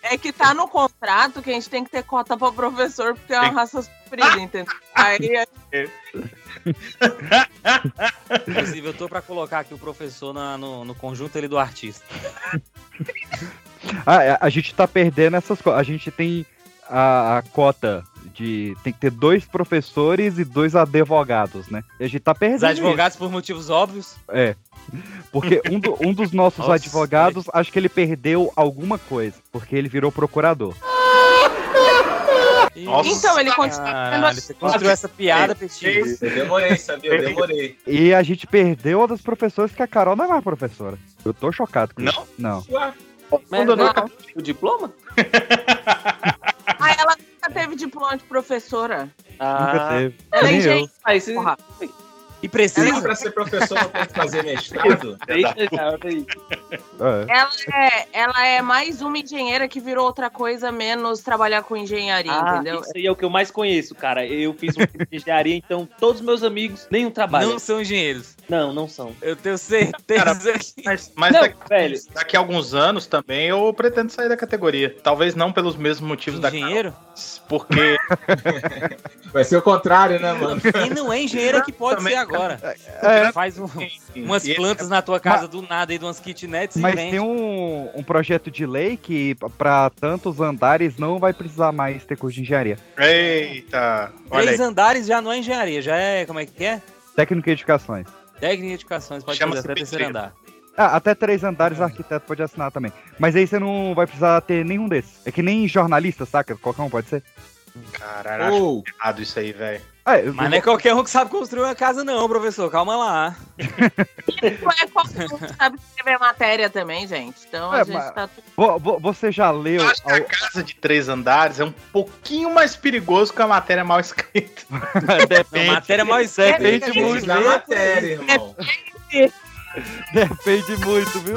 S1: É que tá no contrato que a gente tem que ter cota pra professor, porque é uma
S10: Tem.
S1: raça sofrida, entendeu? Aí a
S5: Inclusive, eu tô pra colocar aqui o professor na- no, no conjunto ele do artista.
S2: Ah, a, a gente tá perdendo essas coisas. A gente tem a, a cota de. Tem que ter dois professores e dois advogados, né? E a gente tá
S5: Os
S2: perdendo.
S5: advogados, por motivos óbvios,
S2: isso. É. Porque um, do- um dos nossos
S5: Nossa,
S2: advogados, acho que ele perdeu alguma coisa, porque ele virou procurador.
S10: Nossa.
S8: Então, ele continua
S5: Caralho, você Ah, construiu essa piada, Petit.
S4: Eu demorei, sabia? Eu demorei.
S2: E a gente perdeu uma das professoras que a Carol não é mais professora. Eu tô chocado com isso. Não.
S4: Ué,
S3: Mas
S10: Quando eu
S3: não
S10: não-
S3: acabei é o diploma?
S8: Ah, ela nunca teve diploma de professora.
S2: Nunca
S3: Ah,
S2: teve.
S8: Ela é
S2: Nem eu.
S8: engenheira,
S3: aí você
S8: porra.
S5: E
S4: Será que
S5: precisa.
S4: pra ser professor eu tenho que fazer mestrado?
S3: deixa já, peraí.
S2: É.
S8: Ela é, ela é mais uma engenheira que virou outra coisa, menos trabalhar com engenharia,
S3: Ah,
S8: entendeu?
S3: isso aí é o que eu mais conheço, cara. Eu fiz um curso de engenharia, então todos meus amigos, nenhum trabalho.
S5: Não são engenheiros.
S3: Não, não, são.
S5: Eu tenho certeza que.
S10: Mas, mas é
S3: Não,
S10: daqui,
S3: velho.
S10: daqui a alguns anos também eu pretendo sair da categoria. Talvez não pelos mesmos motivos
S5: Engenheiro?
S10: da Carol, porque
S4: Vai ser o contrário, né, mano?
S5: Quem não é engenheiro é que pode
S10: Também.
S5: ser agora.
S2: É,
S5: Faz um-
S10: enfim,
S5: umas
S10: e- é-
S5: plantas na tua casa do nada e de umas kitnets e
S2: Mas
S5: vende.
S2: tem um, um projeto de lei que pra tantos andares não vai precisar mais ter curso de engenharia.
S10: Eita, olha aí.
S5: Três andares já não é engenharia, já é, como é que é?
S2: Técnico e edificações.
S5: Técnica de educações, pode fazer
S10: Chama-se
S5: até terceiro
S10: pedreiro.
S5: andar.
S2: Ah, até três andares o arquiteto pode assinar também. Mas aí você não vai precisar ter nenhum desses. É que nem jornalista, saca? Qualquer um pode ser.
S10: Caralho, acho
S4: Ou,
S10: errado isso aí, velho.
S2: Ah, eu-
S5: Mas não é qualquer um que sabe construir uma casa, não, professor. Calma lá.
S8: Não é qualquer um que sabe escrever matéria também, gente. Então
S2: É,
S8: a gente
S2: mas-
S8: tá tudo.
S2: vo- vo- Você já leu.
S10: Eu acho que a
S2: al-
S10: casa de três andares é um pouquinho mais perigoso que a matéria mal escrita.
S5: Não, É matéria mal escrita.
S2: Depende
S5: tem que
S2: muito,
S5: ver.
S4: na matéria, irmão.
S2: Depende muito, viu?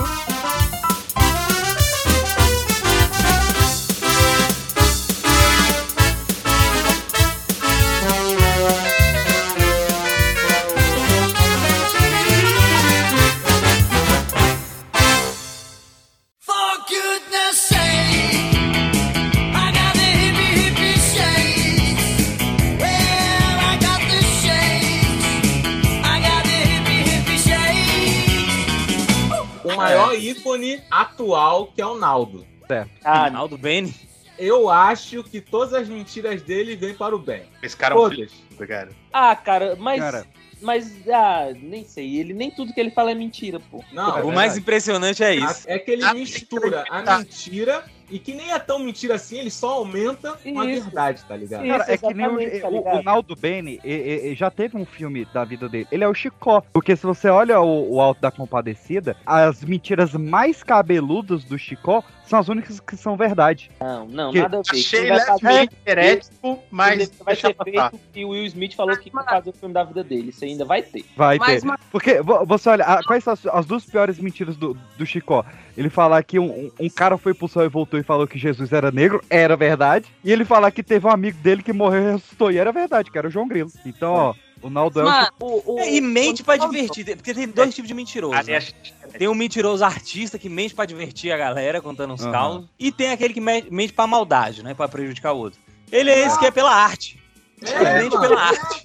S4: O
S5: É.
S4: maior ícone atual que é o Naldo.
S3: Ah, não.
S5: Arnaldo Bene.
S4: Eu acho que todas as mentiras dele vêm para o bem.
S10: Esse cara é um filho,
S4: Todas.
S10: da puta, cara.
S3: ah cara, mas.
S2: Cara.
S3: Mas, ah, nem sei. Ele nem tudo que ele fala é mentira, pô.
S4: Não,
S5: O mais impressionante é isso.
S4: É que ele
S10: Ah,
S4: mistura a
S10: tá.
S4: mentira e que nem é tão mentira assim, ele só aumenta uma
S3: Isso.
S4: verdade, tá ligado?
S3: Isso,
S2: Cara, é que nem o,
S3: exatamente, tá
S2: o,
S3: ligado?
S2: o Naldo Bene e- e- e já teve um filme da vida dele. Ele é o Chicó. Porque se você olha o, o Alto da Compadecida, as mentiras mais cabeludas do Chicó são as únicas que são verdade.
S3: Não, não,
S2: Que-
S3: nada a ver.
S10: Achei
S3: Quem
S10: ele
S3: vai fazer-
S10: levemente herético, mas
S3: Ele vai
S10: deixa
S3: ser
S10: passar.
S3: feito que o Will Smith falou que vai fazer o filme da vida dele. Isso ainda vai ter.
S2: Vai
S8: Mas,
S2: ter. Porque vo- você olha, a- quais são as, as duas piores mentiras do, do Chicó? Ele falar que um, um- um cara foi pro céu e voltou e falou que Jesus era negro, era verdade. E ele falar que teve um amigo dele que morreu e ressuscitou, e era verdade, que era o João Grilo. Então, ó, o Naldo é o
S8: Mano,
S3: O, o-
S5: E mente pra
S8: o-
S5: divertir. Porque tem dois tipos de mentiroso. né?
S10: Aliás,
S5: Tem um mentiroso artista que mente pra divertir a galera, contando uns
S2: Aham.
S5: causos. E tem aquele que me- mente pra maldade, né? Pra prejudicar o outro. Ele é esse que é pela arte. Ele
S4: É,
S5: mente
S4: mano.
S5: pela arte.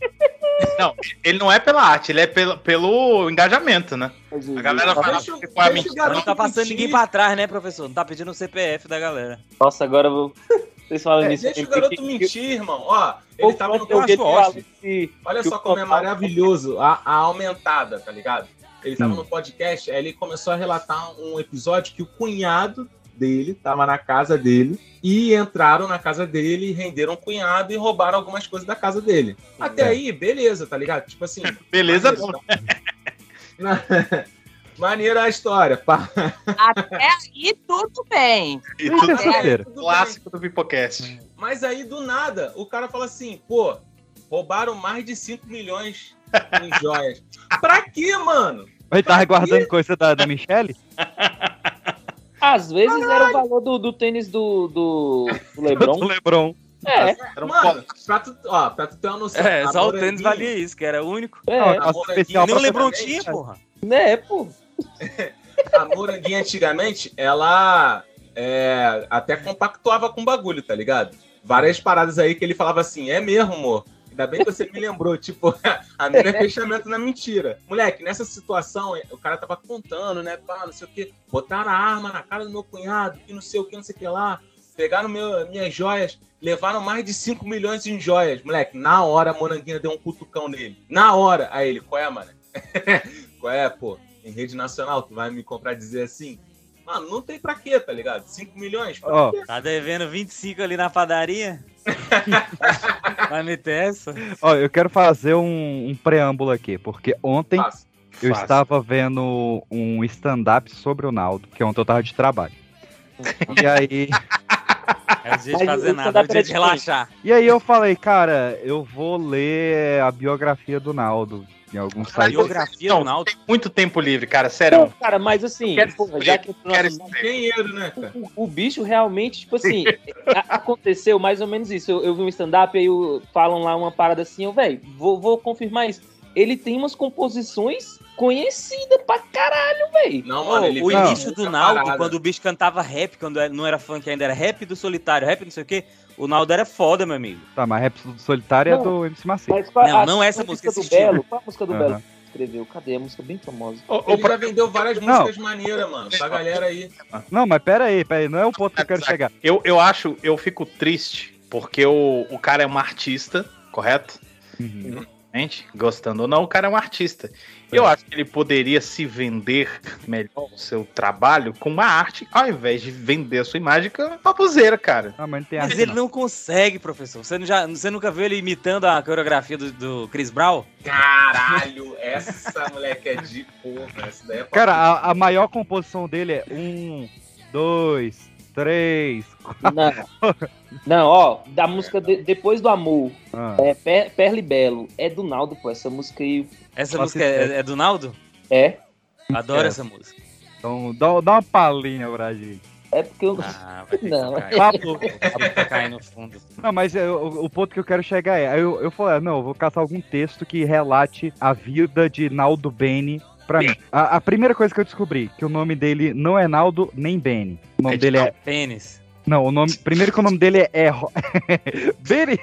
S10: ele não é pela arte, ele é pelo, pelo engajamento, né? A galera vai lá
S4: Deixa eu-
S10: porque com a
S4: deixa eu
S10: mentira.
S5: Não tá passando ninguém pra trás, né, professor? Não tá pedindo o CPF da galera.
S3: Nossa, agora eu vou... vocês falam
S2: É,
S3: nisso.
S4: Deixa o
S3: eu
S4: garoto
S3: fiquei-
S4: mentir, irmão. Ó, ele tava no
S5: eu acho
S4: podcast.
S5: ótimo.
S3: que-
S4: Olha
S3: que
S4: só
S3: o
S4: como é
S3: total-
S4: maravilhoso a, a aumentada, tá ligado? Ele tava
S2: Hum.
S4: no podcast, aí ele começou a relatar um episódio que o cunhado dele tava na casa dele e entraram na casa dele, renderam o cunhado e roubaram algumas coisas da casa dele. Até
S5: É.
S4: aí, beleza, tá ligado? Tipo assim,
S10: Beleza, não.
S4: maneiro, tá? Maneiro a história, pá.
S8: até é aí tudo bem.
S10: E
S2: Não é
S10: tudo
S2: terça-feira.
S4: Tudo bem. Hum.
S10: clássico do Pipocast.
S4: Mas aí, do nada, o cara fala assim, pô, roubaram mais de 5 milhões em joias. pra quê, mano?
S2: Ele tava tá guardando coisa da, da Michelle?
S3: Às vezes era o valor do, do tênis do, do, do
S2: Do
S3: Lebron.
S2: Lebron.
S3: É,
S10: Era um
S4: Mano,
S10: pó-
S4: pra tu, ó, pra tu ter uma noção.
S5: É,
S4: a
S5: só o
S4: Moreninha-
S5: tênis valia isso, que era único.
S3: é,
S2: Nossa,
S4: Moranguinho
S2: especial
S4: nem
S5: Nem o
S2: pra-
S5: Lebron
S4: Exatamente.
S5: tinha, porra.
S3: né, pô.
S4: A moranguinha antigamente, ela é, até compactuava com o bagulho, tá ligado? Várias paradas aí que ele falava assim, é mesmo, amor. Ainda bem que você me lembrou, tipo, a mina é fechamento na mentira. Moleque, nessa situação, o cara tava contando, né? Pá, não sei o quê. Botaram a arma na cara do meu cunhado, que não sei o que, não sei o que lá. Pegaram meu, minhas joias, levaram mais de 5 milhões em joias. Moleque, na hora a moranguinha deu um cutucão nele. Na hora. Aí ele, qual é, mano? qual é, pô? Em rede nacional, tu vai me comprar e dizer assim? Mano, não tem pra quê, tá ligado? 5 milhões? Pra
S2: Ó,
S4: quê?
S5: Tá devendo 25 ali na padaria. Vai meter essa?
S2: Ó, eu quero fazer um, um preâmbulo aqui, porque ontem eu
S5: Fácil.
S2: estava vendo um stand-up sobre o Naldo, que ontem eu tava de trabalho. E aí.
S5: É o dia de fazer nada, é o dia de relaxar.
S2: E aí eu falei, cara, eu vou ler a biografia do Naldo em algum
S5: Ah,
S2: site.
S5: biografia
S10: do Naldo. Tem muito tempo livre, cara, sério.
S3: Cara, mas assim, porra, já que entrou no
S10: quero
S3: assunto,
S4: dinheiro, né,
S3: o, o bicho realmente, tipo assim, a- aconteceu mais ou menos isso. Eu, eu vi um stand-up, aí o- falam lá uma parada assim, eu, velho, vou, vou confirmar isso. Ele tem umas composições conhecidas pra caralho, velho.
S4: Não,
S5: Ô, o início do Naldo, quando o bicho cantava rap, quando não era funk ainda, era rap do solitário, rap não sei o quê, o Naldo era foda, meu amigo.
S2: Tá, mas rap do solitário é
S5: Não.
S2: do MC
S3: Mas
S2: Macedo.
S3: qual-
S5: Não,
S3: a-
S5: não
S3: a
S5: essa música,
S3: do
S5: esse estilo.
S3: Belo. Qual a música do
S2: Aham.
S3: Belo que ele escreveu? Cadê a música bem famosa?
S4: Ele já vendeu várias
S2: Não.
S4: músicas maneiras, mano, pra galera aí.
S2: Não, mas pera aí, pera aí, não é o ponto que eu quero chegar.
S10: Eu, eu acho, eu fico triste, porque o, o cara é um artista, correto?
S2: Uhum.
S10: Gente, gostando ou não, o cara é um artista. Eu acho que ele poderia se vender melhor o seu trabalho com uma arte, ao invés de vender a sua imagem com uma baboseira, cara.
S2: Ah, mas não tem
S5: Mas ele é assim, não consegue, professor. Você, não já, você nunca viu ele imitando a coreografia do, do Chris Brown?
S4: Caralho, essa moleque é de porra. Essa daí é pra-
S2: Cara, a, a maior composição dele é um, dois, três, quatro.
S3: Não. Não, ó, da música de- Depois do Amor,
S2: Ah.
S3: é Per, Perle Belo, é do Naldo, pô, essa música aí.
S5: Essa
S3: Faço
S5: música
S3: ideia.
S5: é, é do Naldo?
S3: É.
S5: Adoro
S2: É.
S5: essa música.
S2: Então dá, dá uma palhinha pra gente.
S3: É porque eu.
S5: Ah, vai ter
S3: Não.
S5: que cair.
S2: Papo.
S5: Papo pra cair no fundo.
S2: Não, mas eu- o, o ponto que eu quero chegar é, aí eu, eu falei, ah, não, eu vou caçar algum texto que relate a vida de Naldo Bene pra mim. A, a primeira coisa que eu descobri, que o nome dele não é Naldo nem Bene. O nome dele é...
S5: Pênis.
S2: Não, o nome... Primeiro que o nome dele é... Ro- Bene!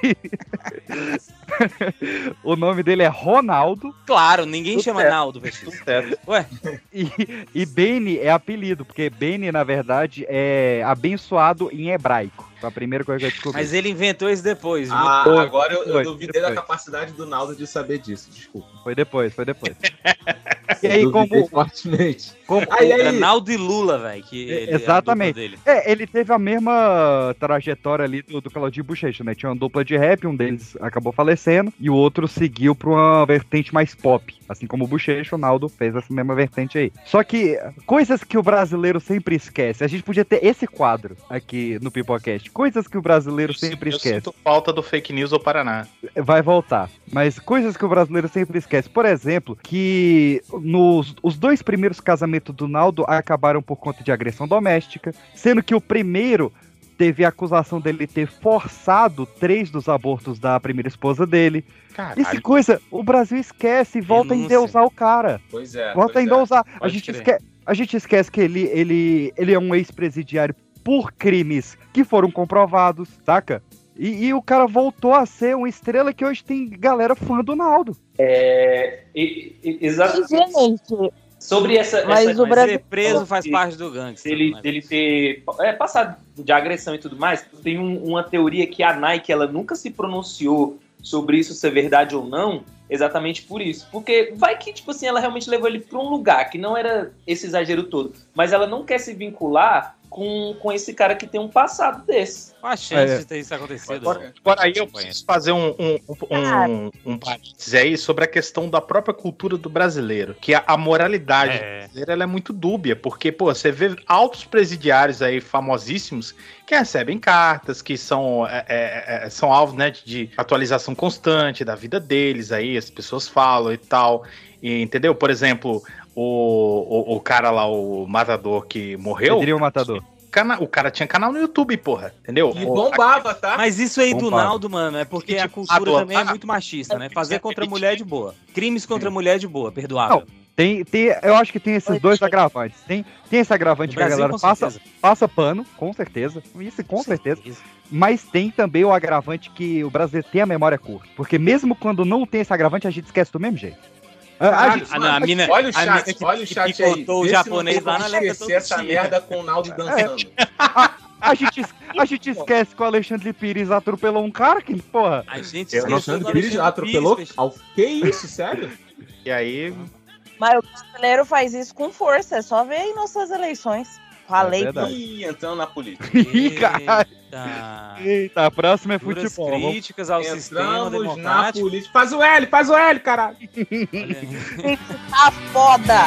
S2: o nome dele é Ronaldo
S5: Claro, ninguém chama
S2: certo.
S5: Naldo, velho.
S10: Certo.
S5: Ué,
S2: e, e Bene é apelido, porque Bene, na verdade, é abençoado em hebraico. Foi a primeira coisa que eu descobri.
S5: mas ele inventou isso depois, viu?
S4: Ah,
S2: Foi,
S4: agora eu, eu
S2: foi,
S4: duvidei da
S2: foi.
S4: capacidade do Naldo de saber disso, desculpa.
S2: Foi depois, foi depois. e aí,
S4: Duvidei
S2: como...
S4: Fortemente.
S2: como
S4: Aí, aí,
S5: Era Naldo e Lula, velho. que ele- a
S2: Exatamente.
S5: dupla dele.
S2: É, ele teve a mesma trajetória ali do, do Claudinho Bochecha, né? Tinha uma dupla de rap, um deles acabou falecendo e o outro seguiu pra uma vertente mais pop. Assim como o Bochecha, o Naldo fez essa mesma vertente aí. Só que coisas que o brasileiro sempre esquece. A gente podia ter esse quadro aqui no Pipocast. Coisas que o brasileiro sempre
S10: eu
S2: esquece.
S10: sinto falta do fake news ao Paraná.
S2: Vai voltar. Mas coisas que o brasileiro sempre esquece. Por exemplo, que nos, os dois primeiros casamentos do Naldo acabaram por conta de agressão doméstica, sendo que o primeiro teve a acusação dele ter forçado três dos abortos da primeira esposa dele. Isso é
S10: Caralho.
S2: coisa, o Brasil esquece e volta a
S5: Denúncia.
S2: endeusar o cara.
S4: Pois é.
S2: Volta a
S4: pois é.
S2: endeusar. A
S5: Tá Pode
S2: gente,
S5: crer.
S2: esque- a gente esquece que ele, ele, ele é um ex-presidiário por crimes que foram comprovados, saca? E, e o cara voltou a ser uma estrela que hoje tem galera fã do Naldo.
S3: E- e-
S1: Mas,
S3: Exato.
S1: gente,
S3: Sobre essa.
S1: Mas
S3: essa-
S1: o
S5: Mas
S1: Brasil-
S5: ser preso faz
S3: Ele-
S5: parte do gangster.
S3: dele,
S5: né?
S3: dele ter é, passado de agressão e tudo mais, tem um- uma teoria que a Nike ela nunca se pronunciou sobre isso ser verdade ou não, exatamente por isso. Porque vai que, tipo assim, ela realmente levou ele para um lugar que não era esse exagero todo, mas ela não quer se vincular com, com esse cara que tem um passado desse.
S5: Qual a chance
S2: É.
S5: de ter isso acontecido?
S4: Agora-
S10: Agora aí eu
S5: Acompanha.
S10: preciso fazer um, um, um, um, um parênteses aí sobre a questão da própria cultura do brasileiro, que a, a moralidade
S5: É.
S10: brasileira ela é muito dúbia, porque, pô, você vê altos presidiários aí famosíssimos que recebem cartas, que são, é, é, é, são alvos né, de atualização constante da vida deles, aí as pessoas falam e tal. E, entendeu? Por exemplo, o, o, o cara lá, o matador que morreu,
S2: Pedrinho Matador.
S10: cana- o cara tinha canal no YouTube, porra, entendeu?
S4: é. E
S10: O-
S4: bombava, tá?
S5: Mas isso aí do
S2: Concordo.
S5: Naldo, mano, é porque a
S10: Gente,
S5: cultura
S10: adota-
S5: também é muito machista, né? Fazer contra a mulher é de boa. Crimes contra a mulher é de boa, perdoável.
S2: Tem, tem, eu acho que tem esses dois agravantes. Tem, tem esse
S5: No
S2: agravante que a
S5: Brasil,
S2: galera
S5: com
S2: passa,
S5: certeza.
S2: passa pano, com certeza. Isso com certeza.
S5: Isso.
S2: Mas tem também o agravante que o brasileiro tem a memória curta. Porque mesmo quando não tem esse agravante, a gente esquece do mesmo jeito. A- a gente- tá
S5: Ah, não, a mina-
S4: olha o
S5: a
S4: chat,
S5: mina que-
S4: olha o
S5: que
S4: chat aí.
S5: picotou o
S4: Vê se
S5: japonês
S4: não tem como
S5: lá na América
S4: esquecer
S5: todo
S4: essa
S5: dia.
S4: merda com o Naldo dançando.
S2: É, A gente, es- a gente esquece que o Alexandre Pires atropelou um cara que, porra.
S5: A gente
S10: Eu
S4: O
S10: não
S5: esqueceu do
S4: Alexandre Pires
S5: Alexandre
S4: Ah, atropelou?
S5: Pires,
S4: Ao- Que isso, sério?
S10: E aí,
S8: Mas o brasileiro faz isso com força, é só ver aí nossas eleições.
S1: Falei
S2: É verdade.
S4: Ih, entrando na política.
S2: Ih, caralho.
S5: Eita.
S2: Eita, a próxima é
S5: Duras
S2: futebol. Vamos-
S5: críticas ao sistema
S4: Entramos na
S5: democrático.
S4: política. Faz o L, faz o L, caralho.
S5: Olha aí.
S1: Tá foda!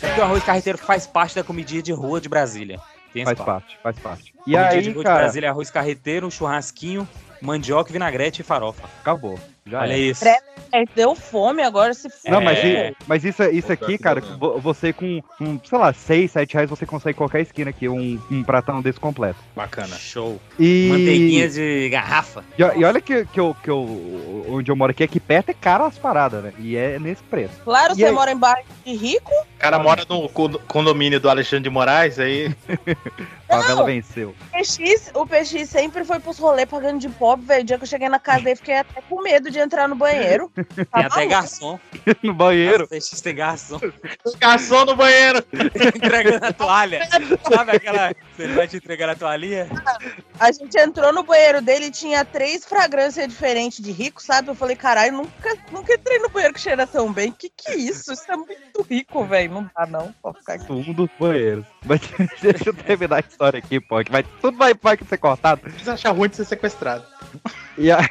S5: Porque O arroz carreteiro faz parte da comidinha de rua de Brasília. Tem esse
S2: Faz
S5: papo.
S2: parte, faz parte. E
S5: Comidinha de
S2: aí,
S5: rua de
S2: cara,
S5: Brasília é arroz carreteiro, um churrasquinho, mandioca, vinagrete e farofa.
S2: acabou. Já
S5: Olha
S2: é.
S5: isso.
S1: Pre- É, deu fome agora se for.
S2: Não, mas,
S5: É.
S2: i- mas isso, isso aqui, cara,
S4: Mesmo.
S2: vo- você com, com, sei lá, 6, 7 reais, você consegue em qualquer esquina aqui, um, um pratão desse completo.
S10: Bacana.
S5: Show.
S2: E,
S5: Manteiguinha de garrafa.
S2: e, o- e olha que, que, eu, que eu, onde eu moro aqui, aqui perto é caro as paradas, né? E é nesse preço.
S1: Claro,
S2: E
S1: você
S2: aí?
S1: mora em bairro de rico?
S10: O cara mora no condo- condomínio do Alexandre de Moraes, aí
S2: Favela venceu.
S1: PX, o PX sempre foi pros rolês pagando de pobre, velho. O dia que eu cheguei na casa dele, fiquei até com medo de entrar no banheiro.
S5: Tem
S1: Tá
S5: até
S1: maluco?
S5: garçom.
S2: no banheiro.
S5: Fechista tem garçom.
S10: garçom no banheiro.
S5: Entregando a toalha. Sabe aquela. Você vai te entregar a toalhinha?
S1: A gente entrou no banheiro dele e tinha três fragrâncias diferentes de rico, sabe? Eu falei, caralho, nunca, nunca entrei no banheiro que cheira tão bem. Que que é isso? Isso é muito rico, velho. Não dá, não. Pode ficar aqui.
S2: Um dos banheiros. Mas deixa eu terminar a história aqui, pô. Que vai, tudo vai, vai ser cortado.
S10: Vocês acham ruim de ser sequestrado.
S2: E aí.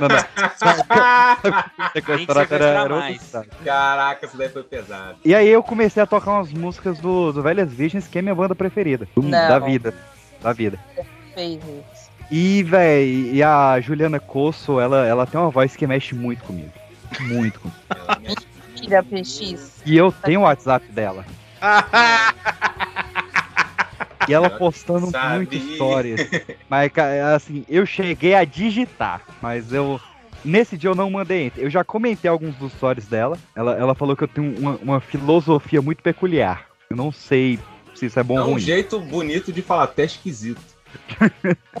S2: não, não.
S4: Ah.
S2: Sequestrar era,
S5: sequestrar
S2: era outro
S5: mais.
S2: estado.
S4: Caraca, isso daí foi pesado.
S2: E aí eu comecei a tocar umas músicas do, do Velhas Virgens, que é minha banda preferida. do-
S1: Não.
S2: Da vida. Da vida.
S1: Fez isso.
S2: E, véi, e a Juliana Cosso, ela, ela tem uma voz que mexe muito comigo. Muito comigo.
S1: Tira PX.
S2: E eu tenho o WhatsApp dela. E ela postando
S4: Sabia.
S2: muito histórias. Mas, ca- assim, eu cheguei a digitar, mas eu. Nesse dia eu não mandei enter. Eu já comentei alguns dos stories dela. Ela, ela falou que eu tenho uma, uma filosofia muito peculiar. Eu não sei se isso é bom
S4: É
S2: ou
S4: um
S2: ruim.
S4: jeito bonito de falar, até esquisito.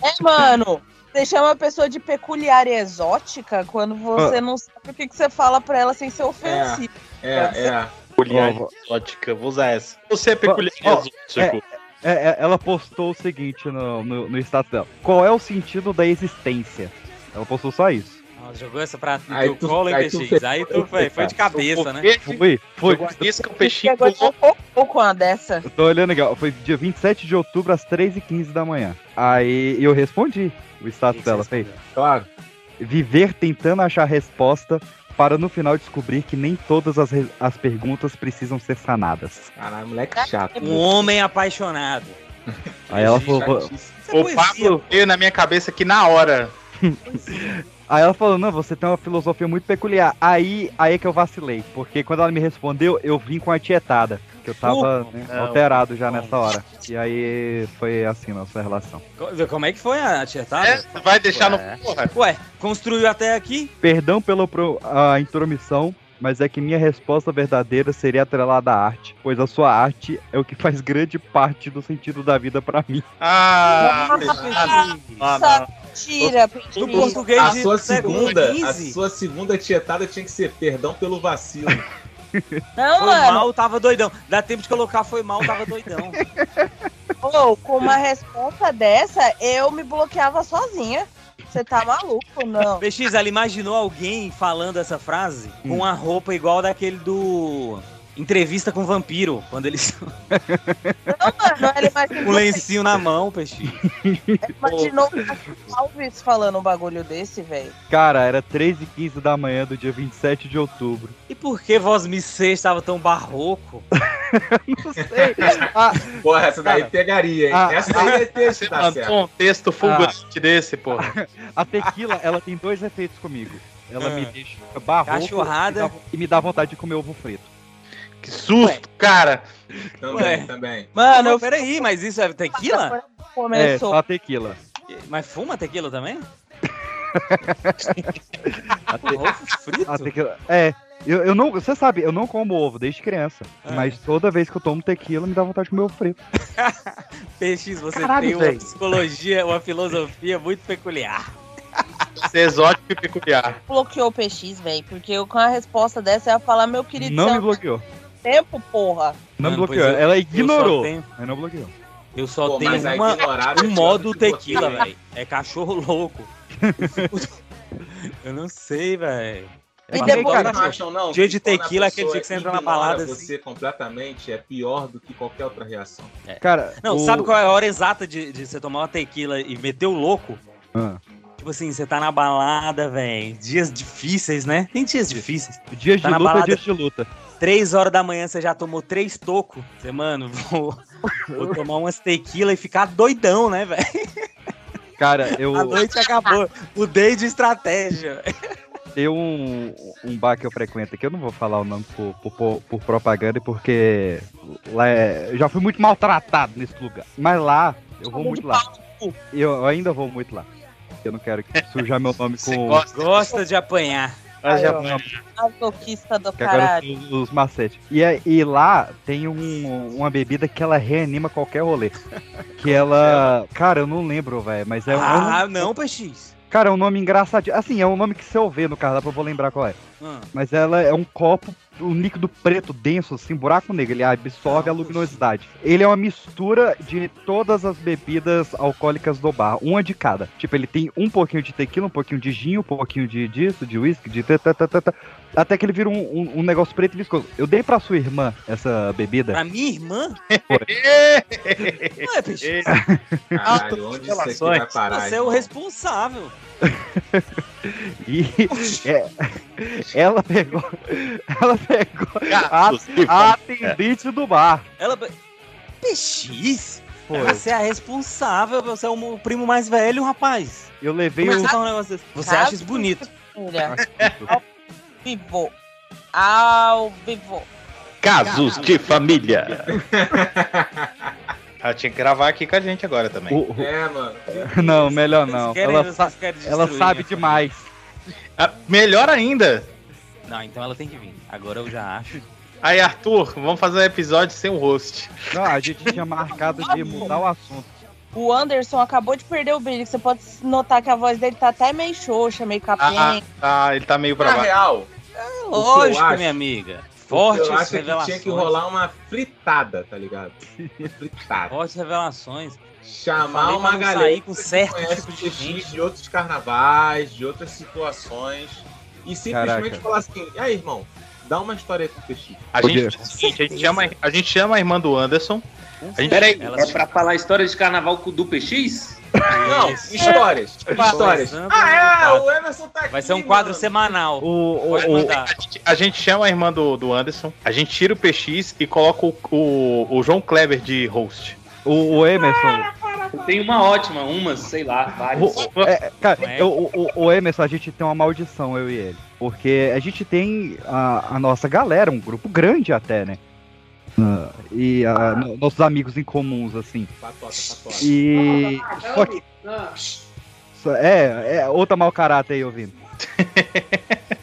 S1: É, mano. Você chama a pessoa de peculiar e exótica quando você
S5: Ah.
S1: não sabe o que, que você fala pra ela sem ser ofensivo.
S4: É, é.
S10: Peculiar
S2: Ó,
S10: exótica, vou usar essa. Você é peculiar
S2: Ó, ó,
S10: exótico.
S2: É, é, ela postou o seguinte no, no, no status dela: Qual é o sentido da existência? Ela postou só isso.
S5: Ó, Jogou essa pra
S4: Aí
S5: teu
S4: tu-
S5: colo, hein,
S4: aí tu
S5: PX?
S4: fez-
S5: Aí tu foi, foi de cabeça, né?
S2: Foi, foi.
S10: Foi. Isca, o
S1: Você
S10: peixinho
S1: Chegou de
S10: pulou.
S1: um cocô com a dessa.
S2: Eu tô olhando aqui, ó. Foi dia 27 de outubro às 3h15 da manhã. Aí eu respondi o status
S5: Quem que você
S2: dela. Falei,
S4: Claro.
S2: viver tentando achar resposta para no final descobrir que nem todas as, re- as perguntas precisam ser sanadas.
S4: Caralho, moleque chato. né?
S5: Um homem apaixonado.
S2: Aí ela falou, "Vo-
S4: Chatíssimo.
S5: Isso é
S10: O
S5: poesia,
S10: Pablo veio na minha cabeça aqui na hora.
S2: aí ela falou, não, você tem uma filosofia muito peculiar. Aí, aí é que eu vacilei, porque quando ela me respondeu, eu vim com a tietada, que eu tava né,
S10: não.
S2: alterado já
S5: Uh! Não.
S2: nessa hora. E aí foi assim nossa relação.
S5: Co- Como é que foi a tietada?
S10: É, vai deixar no.
S5: Ué.
S10: Porra.
S5: Ué, construiu até aqui?
S2: Perdão pela pro- a intromissão, mas é que minha resposta verdadeira seria atrelada à arte, pois a sua arte é o que faz grande parte do sentido da vida pra mim.
S10: Ah,
S5: Ah,
S1: Nossa, tira, PX.
S5: no português
S4: A
S5: de
S4: sua
S5: século
S4: segunda, a
S5: 15,
S4: sua segunda tietada tinha que ser perdão pelo vacilo.
S1: Não,
S5: foi
S1: mano.
S5: mal, tava doidão. Dá tempo de colocar foi mal, tava doidão.
S1: Ô, com uma resposta dessa, eu me bloqueava sozinha. Você tá maluco, não?
S5: PX, ela imaginou alguém falando essa frase
S4: Hum.
S5: com uma roupa igual daquele do... Entrevista com vampiro, quando eles...
S1: Não, mano, ela imaginou,
S5: com lencinho na mão, PX.
S1: ela imaginou
S8: um
S1: o Cássio Alves falando um bagulho desse, velho.
S2: Cara, era 3h15 da manhã do dia 27 de outubro.
S5: E por que Voz Me Seis estava tão barroco?
S2: Não sei. Ah,
S4: Porra, essa daí pegaria, hein?
S2: Ah,
S4: essa aí é
S10: você
S4: texto, tá certo.
S10: mandou um texto fulgurante desse, porra.
S2: a tequila, ela tem dois efeitos comigo. Ela
S5: Ah.
S2: me deixa barroco
S5: Cachorrada.
S2: e dá- e me dá vontade de comer ovo frito.
S10: Que susto, cara.
S4: Também,
S5: Ué.
S4: também.
S5: Mano, peraí, mas isso é tequila?
S2: É,
S1: Começou.
S2: só a tequila.
S5: Mas fuma tequila também?
S2: A, te-
S5: Ovo frito?
S2: a tequila. É. Eu, eu não, você sabe, eu não como ovo desde criança.
S5: É.
S2: Mas toda vez que eu tomo tequila, me dá vontade de comer ovo frito.
S5: PX, você
S2: Caralho,
S5: tem uma
S2: velho.
S5: psicologia, uma filosofia muito peculiar.
S10: Você é exótico e peculiar.
S8: Bloqueou o PX, velho, porque eu, com a resposta dessa eu ia falar, meu querido,
S2: Não
S8: você é
S2: me
S8: um
S2: bloqueou.
S8: tempo, porra.
S2: Não me
S5: Mano,
S2: bloqueou.
S5: pois eu-
S2: Ela
S5: eu só
S2: ignorou.
S5: tenho-
S2: Mas não bloqueou.
S5: Eu só
S4: Pô,
S5: tenho
S4: mas a
S5: uma,
S4: ignorada
S5: um
S4: te
S5: modo
S4: ama de
S5: tequila,
S4: você,
S5: velho. É cachorro louco. Eu não sei, velho.
S2: É
S8: E
S2: que,
S8: depois-
S2: cara,
S4: Vocês não acham, não?
S5: Dia de
S4: que quando
S5: tequila é
S4: a
S5: aquele
S4: pessoa
S5: dia que você entra na
S4: ignora
S5: balada, assim.
S4: Você completamente é pior do que qualquer outra reação.
S2: cara,
S5: Não,
S2: o-
S5: sabe qual é a hora exata de, de você tomar uma tequila e meter o louco?
S2: Ah.
S5: Tipo assim, você tá na balada, velho. Dias difíceis, né? Tem dias difíceis.
S2: Dias de
S5: Tá na
S2: luta, é
S5: balada.
S2: dias de luta.
S5: Três horas da manhã você já tomou três tocos. Você, mano, vou, vou tomar umas tequila e ficar doidão, né, velho?
S2: Cara, eu
S5: A noite acabou. Mudei de estratégia.
S2: tenho um, um bar que eu frequento que eu não vou falar o nome por, por- por- por propaganda, porque lá é, eu já fui muito maltratado nesse lugar. Mas lá, eu
S8: Chamou
S2: vou
S8: de
S2: muito lá.
S8: pau no cu.
S2: Eu ainda vou muito lá. Eu não quero que sujar meu nome
S10: Você
S2: com. Ah,
S10: gosta?
S5: Gosta Ah, de apanhar.
S10: Mas já-
S8: Masoquista do
S2: Que agora
S8: caralho.
S2: são os- os macetes. E, aí- e lá tem um- uma bebida que ela reanima qualquer rolê. Que ela. Cara, eu não lembro, velho. Mas é um.
S5: ah,
S2: é um-
S5: não, PX.
S2: Cara, é um nome engraçadinho. Assim, é um nome que se eu ver no cardápio, eu vou lembrar qual é.
S5: Ah,
S2: Mas ela é um copo, um líquido preto denso, assim, buraco negro. Ele absorve a luminosidade. Ele é uma mistura de todas as bebidas alcoólicas do bar, uma de cada. Tipo, ele tem um pouquinho de tequila, um pouquinho de gin, um pouquinho de disso, de whisky, de tatatatata, até que ele vira um, um- um negócio preto e viscoso. Eu dei pra sua irmã essa bebida.
S5: pra minha irmã? Não é, PX.
S4: Caralho, onde isso aqui
S10: relações.
S4: vai parar?
S5: Você é
S4: irmão?
S5: o responsável.
S2: E é, ela pegou. Ela pegou a,
S5: Ah,
S2: a
S5: é.
S2: atendente do bar.
S5: Ela. é PX?
S2: Foi.
S5: Você é a responsável, você é o mo- primo mais velho, rapaz.
S2: Eu levei
S5: Como é que
S2: o.
S5: você tá um negócio desse? Você acha isso bonito?
S8: Olha, vivo. Ao vivo.
S6: Casos de família.
S10: Ela tinha que gravar aqui com a gente agora também.
S2: o- o-
S4: É, mano.
S2: Não, melhor não.
S5: Vocês querem-
S2: Ela,
S5: vocês
S2: sa-
S5: querem
S2: ela sabe
S5: destruir minha família.
S2: demais.
S10: Ah, melhor ainda.
S5: Não, então ela tem que vir. Agora eu já acho.
S10: Aí, Arthur, vamos fazer um episódio sem o host.
S2: Não, a gente tinha marcado de mudar o assunto.
S8: O Anderson acabou de perder o brilho. Você pode notar que a voz dele tá até meio xoxa, meio
S10: Ah,
S8: capenga.
S10: ah, ele tá meio pra
S4: Na
S10: baixo.
S4: real,
S5: É
S4: eu
S5: lógico,
S4: acho-
S5: minha amiga.
S4: Forte
S5: Fortes
S4: eu acho que
S5: revelações.
S4: tinha que rolar uma fritada, tá ligado? Uma fritada.
S5: Fortes revelações.
S4: Chamar
S5: Falei pra
S4: uma
S5: não
S4: galera
S5: sair
S4: que
S5: com certo
S4: conhece
S5: tipo
S4: o
S5: de
S4: PX
S5: gente.
S4: de outros carnavais, de outras situações, e simplesmente
S2: Caraca.
S4: falar assim, e aí, irmão, dá uma história aí com o PX.
S10: A
S2: Por quê?
S10: gente, a, gente chama, a gente chama a irmã do Anderson. A gente, peraí,
S5: Um Ela
S3: É pra falar história de carnaval com o duplo X?
S5: Ah,
S4: Não, histórias, histórias.
S5: Começando
S4: Ah, é,
S5: no quadro.
S4: o Emerson tá aqui,
S5: Vai ser um quadro
S4: mano.
S5: semanal.
S2: O, o,
S5: Pode
S2: o,
S5: mandar.
S10: a gente- a gente chama a irmã do, do Anderson, a gente tira o PX e coloca o, o, o João Kleber de host.
S2: o- o Emerson.
S3: Tem uma ótima, umas, sei lá, várias.
S2: O, é, cara, eu- o, o, o Emerson, a gente tem uma maldição, eu e ele. Porque a gente tem a, a nossa galera, um grupo grande até, né? Ah, e ah, no- nossos amigos em comuns, assim.
S4: Patota, patota.
S2: E. Só que. Só- É, é outra mau caráter aí ouvindo.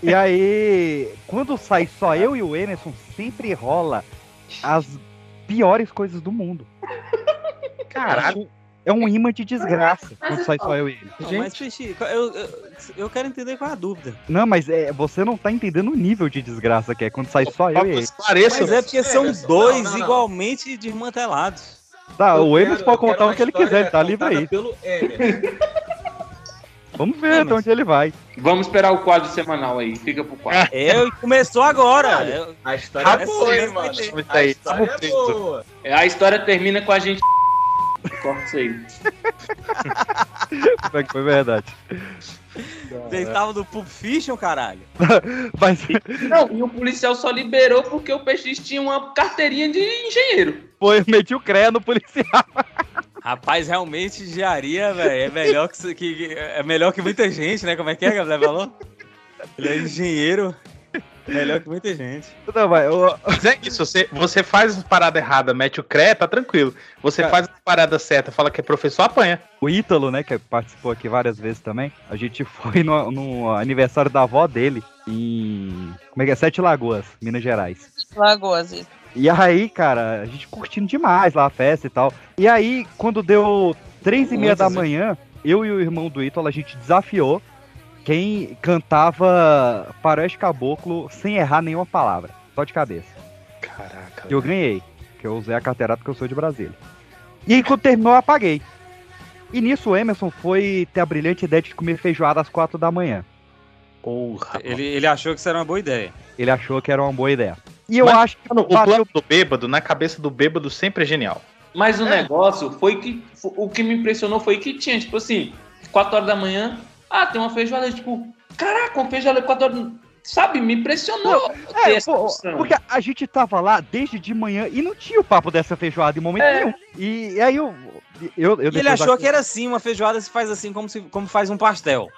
S2: e aí, quando sai só eu e o Emerson, sempre rola as piores coisas do mundo. Caralho. É um imã de desgraça quando sai só eu e ele.
S5: Não, mas, Pixi, eu, eu, eu quero entender qual é a dúvida.
S2: Não, mas é, você não tá entendendo o nível de desgraça que é quando sai só eu e ele.
S10: Esclareça.
S5: Mas é porque são
S4: Emerson,
S5: dois
S4: não, não, não.
S5: igualmente desmantelados.
S2: Tá,
S4: Eu
S2: o Emerson
S4: quero-
S2: pode
S4: eu quero
S2: contar o
S4: uma
S2: que ele
S4: história
S2: quiser, ele tá livre
S4: contada
S2: aí.
S4: Pelo Emerson.
S2: Vamos ver até
S5: Emerson.
S2: onde ele vai.
S3: Vamos esperar o quadro semanal aí. Fica pro quadro.
S5: É, e começou agora. Eu-
S4: A história
S10: Ah,
S4: é
S10: boa,
S4: boa,
S10: hein,
S4: hein,
S10: mano?
S4: mano.
S10: Muito
S4: A
S10: aí.
S4: história
S10: Tá
S4: é
S10: bom.
S4: boa.
S3: A história termina com a gente. Corta isso aí.
S2: Como é que foi verdade?
S5: Vocês estavam do Pulp Fiction, caralho.
S2: Mas,
S3: Não, e o policial só liberou porque o PX tinha uma carteirinha de engenheiro.
S2: pô, eu meti o cré no policial.
S5: Rapaz, realmente engenharia, velho, é melhor que, isso- que- que- é melhor que muita gente, né? Como é que é, Gabriel falou? Ele é engenheiro, melhor que muita gente.
S2: Não, vai, eu,
S10: Mas é isso, você, você faz as paradas erradas, mete o CRE, tá tranquilo. Você faz as paradas certas, fala que é professor, apanha.
S2: O Ítalo, né, que participou aqui várias vezes também, a gente foi no, no aniversário da avó dele em. Como é que é? Sete Lagoas, Minas Gerais.
S8: Lagoas. isso.
S2: E aí, cara, a gente curtindo demais lá a festa e tal. E aí, quando deu três e meia da manhã, eu e o irmão do Ítalo, a gente desafiou quem cantava Faroeste Caboclo sem errar nenhuma palavra, só de cabeça.
S10: Caraca.
S2: Que eu ganhei, que eu usei a carteirada porque eu sou de Brasília. E aí, quando terminou, eu apaguei. E nisso o Emerson foi ter a brilhante ideia de comer feijoada às quatro da manhã.
S10: Porra.
S5: Ele, ele achou que isso era uma boa ideia.
S2: Ele achou que era uma boa ideia. E eu
S10: Mas,
S2: acho que
S10: mano, o
S2: bateu-
S10: plano do bêbado, na cabeça do bêbado, sempre é genial.
S3: Mas o negócio foi que. fo- O que me impressionou foi que tinha, tipo assim, 4 horas da manhã, ah, tem uma feijoada, tipo, caraca, uma feijoada 4 horas. Sabe, me impressionou. ter
S2: É,
S3: essa
S2: pô,
S3: opção.
S5: né?
S2: porque a gente tava lá desde de manhã e não tinha o papo dessa feijoada em momento
S3: É.
S2: nenhum. E, e aí eu. eu, eu
S5: E ele
S2: depois
S5: achou
S2: da-
S5: que era assim, uma feijoada se faz assim como, se, como faz um pastel.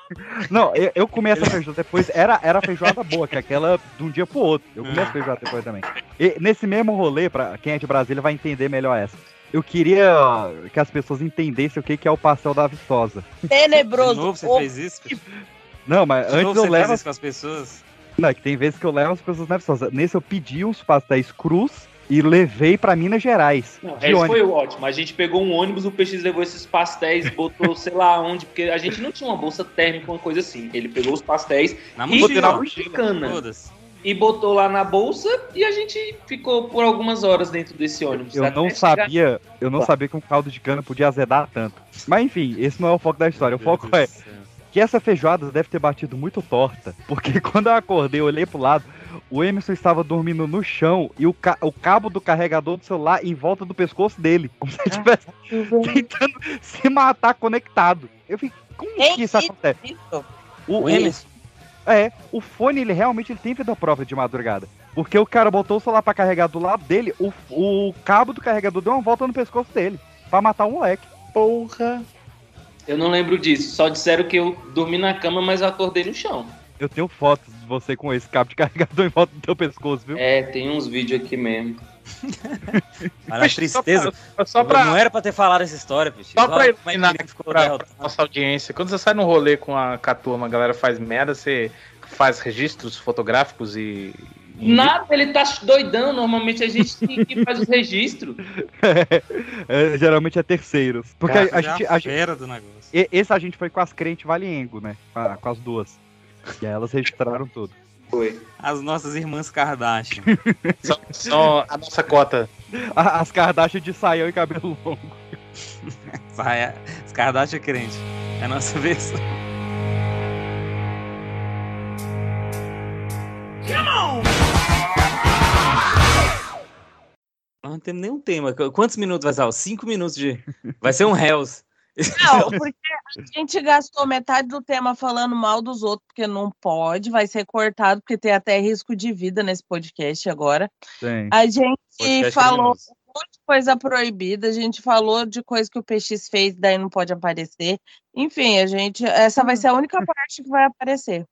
S2: Não, eu, eu comi essa feijoada depois. Era, era feijoada boa, que é aquela de um dia pro outro. Eu
S5: Ah.
S2: comi essa feijoada depois também. E nesse mesmo rolê, pra quem é de Brasília vai entender melhor essa. Eu queria ah, que as pessoas entendessem o que que é o pastel da Viçosa.
S5: De
S8: Tenebroso.
S5: novo você
S8: Ô,
S5: fez isso? De
S2: Não, mas antes
S5: novo
S2: eu
S5: você fez
S2: levo.
S5: isso com as pessoas?
S2: Não, é que tem vezes que eu levo as pessoas na Viçosa. Nesse eu pedi uns pastéis cruz e levei pra Minas Gerais.
S3: Não,
S2: É de
S3: esse
S2: ônibus.
S3: foi ótimo. A gente pegou um ônibus, o PX levou esses pastéis, botou sei lá onde, porque a gente não tinha uma bolsa térmica, uma coisa assim. Ele pegou os pastéis
S5: Na
S3: Ih,
S5: mochila.
S3: na mochila.
S5: Todas.
S3: e botou lá na bolsa e a gente ficou por algumas horas dentro desse ônibus.
S2: Eu
S3: até
S8: é
S2: não
S3: chegar-
S2: sabia, eu não sabia que um caldo de cana podia azedar tanto. Mas enfim, esse não é o foco da história. O foco é que essa feijoada deve ter batido muito torta, porque quando eu acordei, eu olhei pro lado, o Emerson estava dormindo no chão e o, ca- o cabo do carregador do celular em volta do pescoço dele, como
S8: Ah,
S2: se ele estivesse tentando se matar conectado. Eu fiquei, como
S8: Ei,
S2: que isso
S8: e-
S2: acontece?
S8: Isso.
S2: O,
S5: O Emerson.
S2: é, o fone, ele realmente ele tem vida própria de madrugada. Porque o cara botou o celular pra carregar do lado dele, o, o cabo do carregador deu uma volta no pescoço dele. Pra matar o moleque.
S10: Porra.
S3: Eu não lembro disso. Só disseram que eu dormi na cama, mas eu acordei no chão.
S2: Eu tenho fotos de você com esse cabo de carregador em volta do teu pescoço, viu?
S3: É, tem uns vídeos aqui mesmo.
S5: Mas a tristeza.
S10: Só pra,
S5: Não era pra ter falado essa história, bicho.
S10: Só pra
S5: Olha como é que
S10: iluminar
S5: ele ficou
S10: pra, pra
S5: derrotado.
S10: nossa audiência, quando você sai no rolê com a, com a turma, a galera faz merda, você faz registros fotográficos e. e-
S3: Nada, ele tá doidão. Normalmente a gente que- que faz os registros.
S2: É, geralmente é terceiros. Porque a- a,
S5: Cara,
S2: gente,
S5: é a
S2: a gente-
S5: fera do negócio.
S2: e- Esse a gente foi com as crentes Valiengo, né? Com a- com as duas. E aí elas registraram tudo.
S3: Foi.
S5: As nossas irmãs Kardashian.
S10: São, são a nossa cota.
S2: A- As Kardashian de saião e cabelo longo.
S5: Saia, é, as Kardashian crente. É a nossa versão. Nós não temos nenhum tema. Qu- Quantos minutos vai ser? Ó, Cinco minutos de. Vai ser um Hells.
S8: Não, porque a gente gastou metade do tema falando mal dos outros, porque não pode, vai ser cortado, porque tem até risco de vida nesse podcast agora.
S2: Tem.
S8: A gente
S5: Podcast é
S8: falou
S5: criminoso.
S8: um monte de coisa proibida, a gente falou de coisa que o PX fez, daí não pode aparecer. Enfim, a gente. Essa vai ser a única parte que vai aparecer.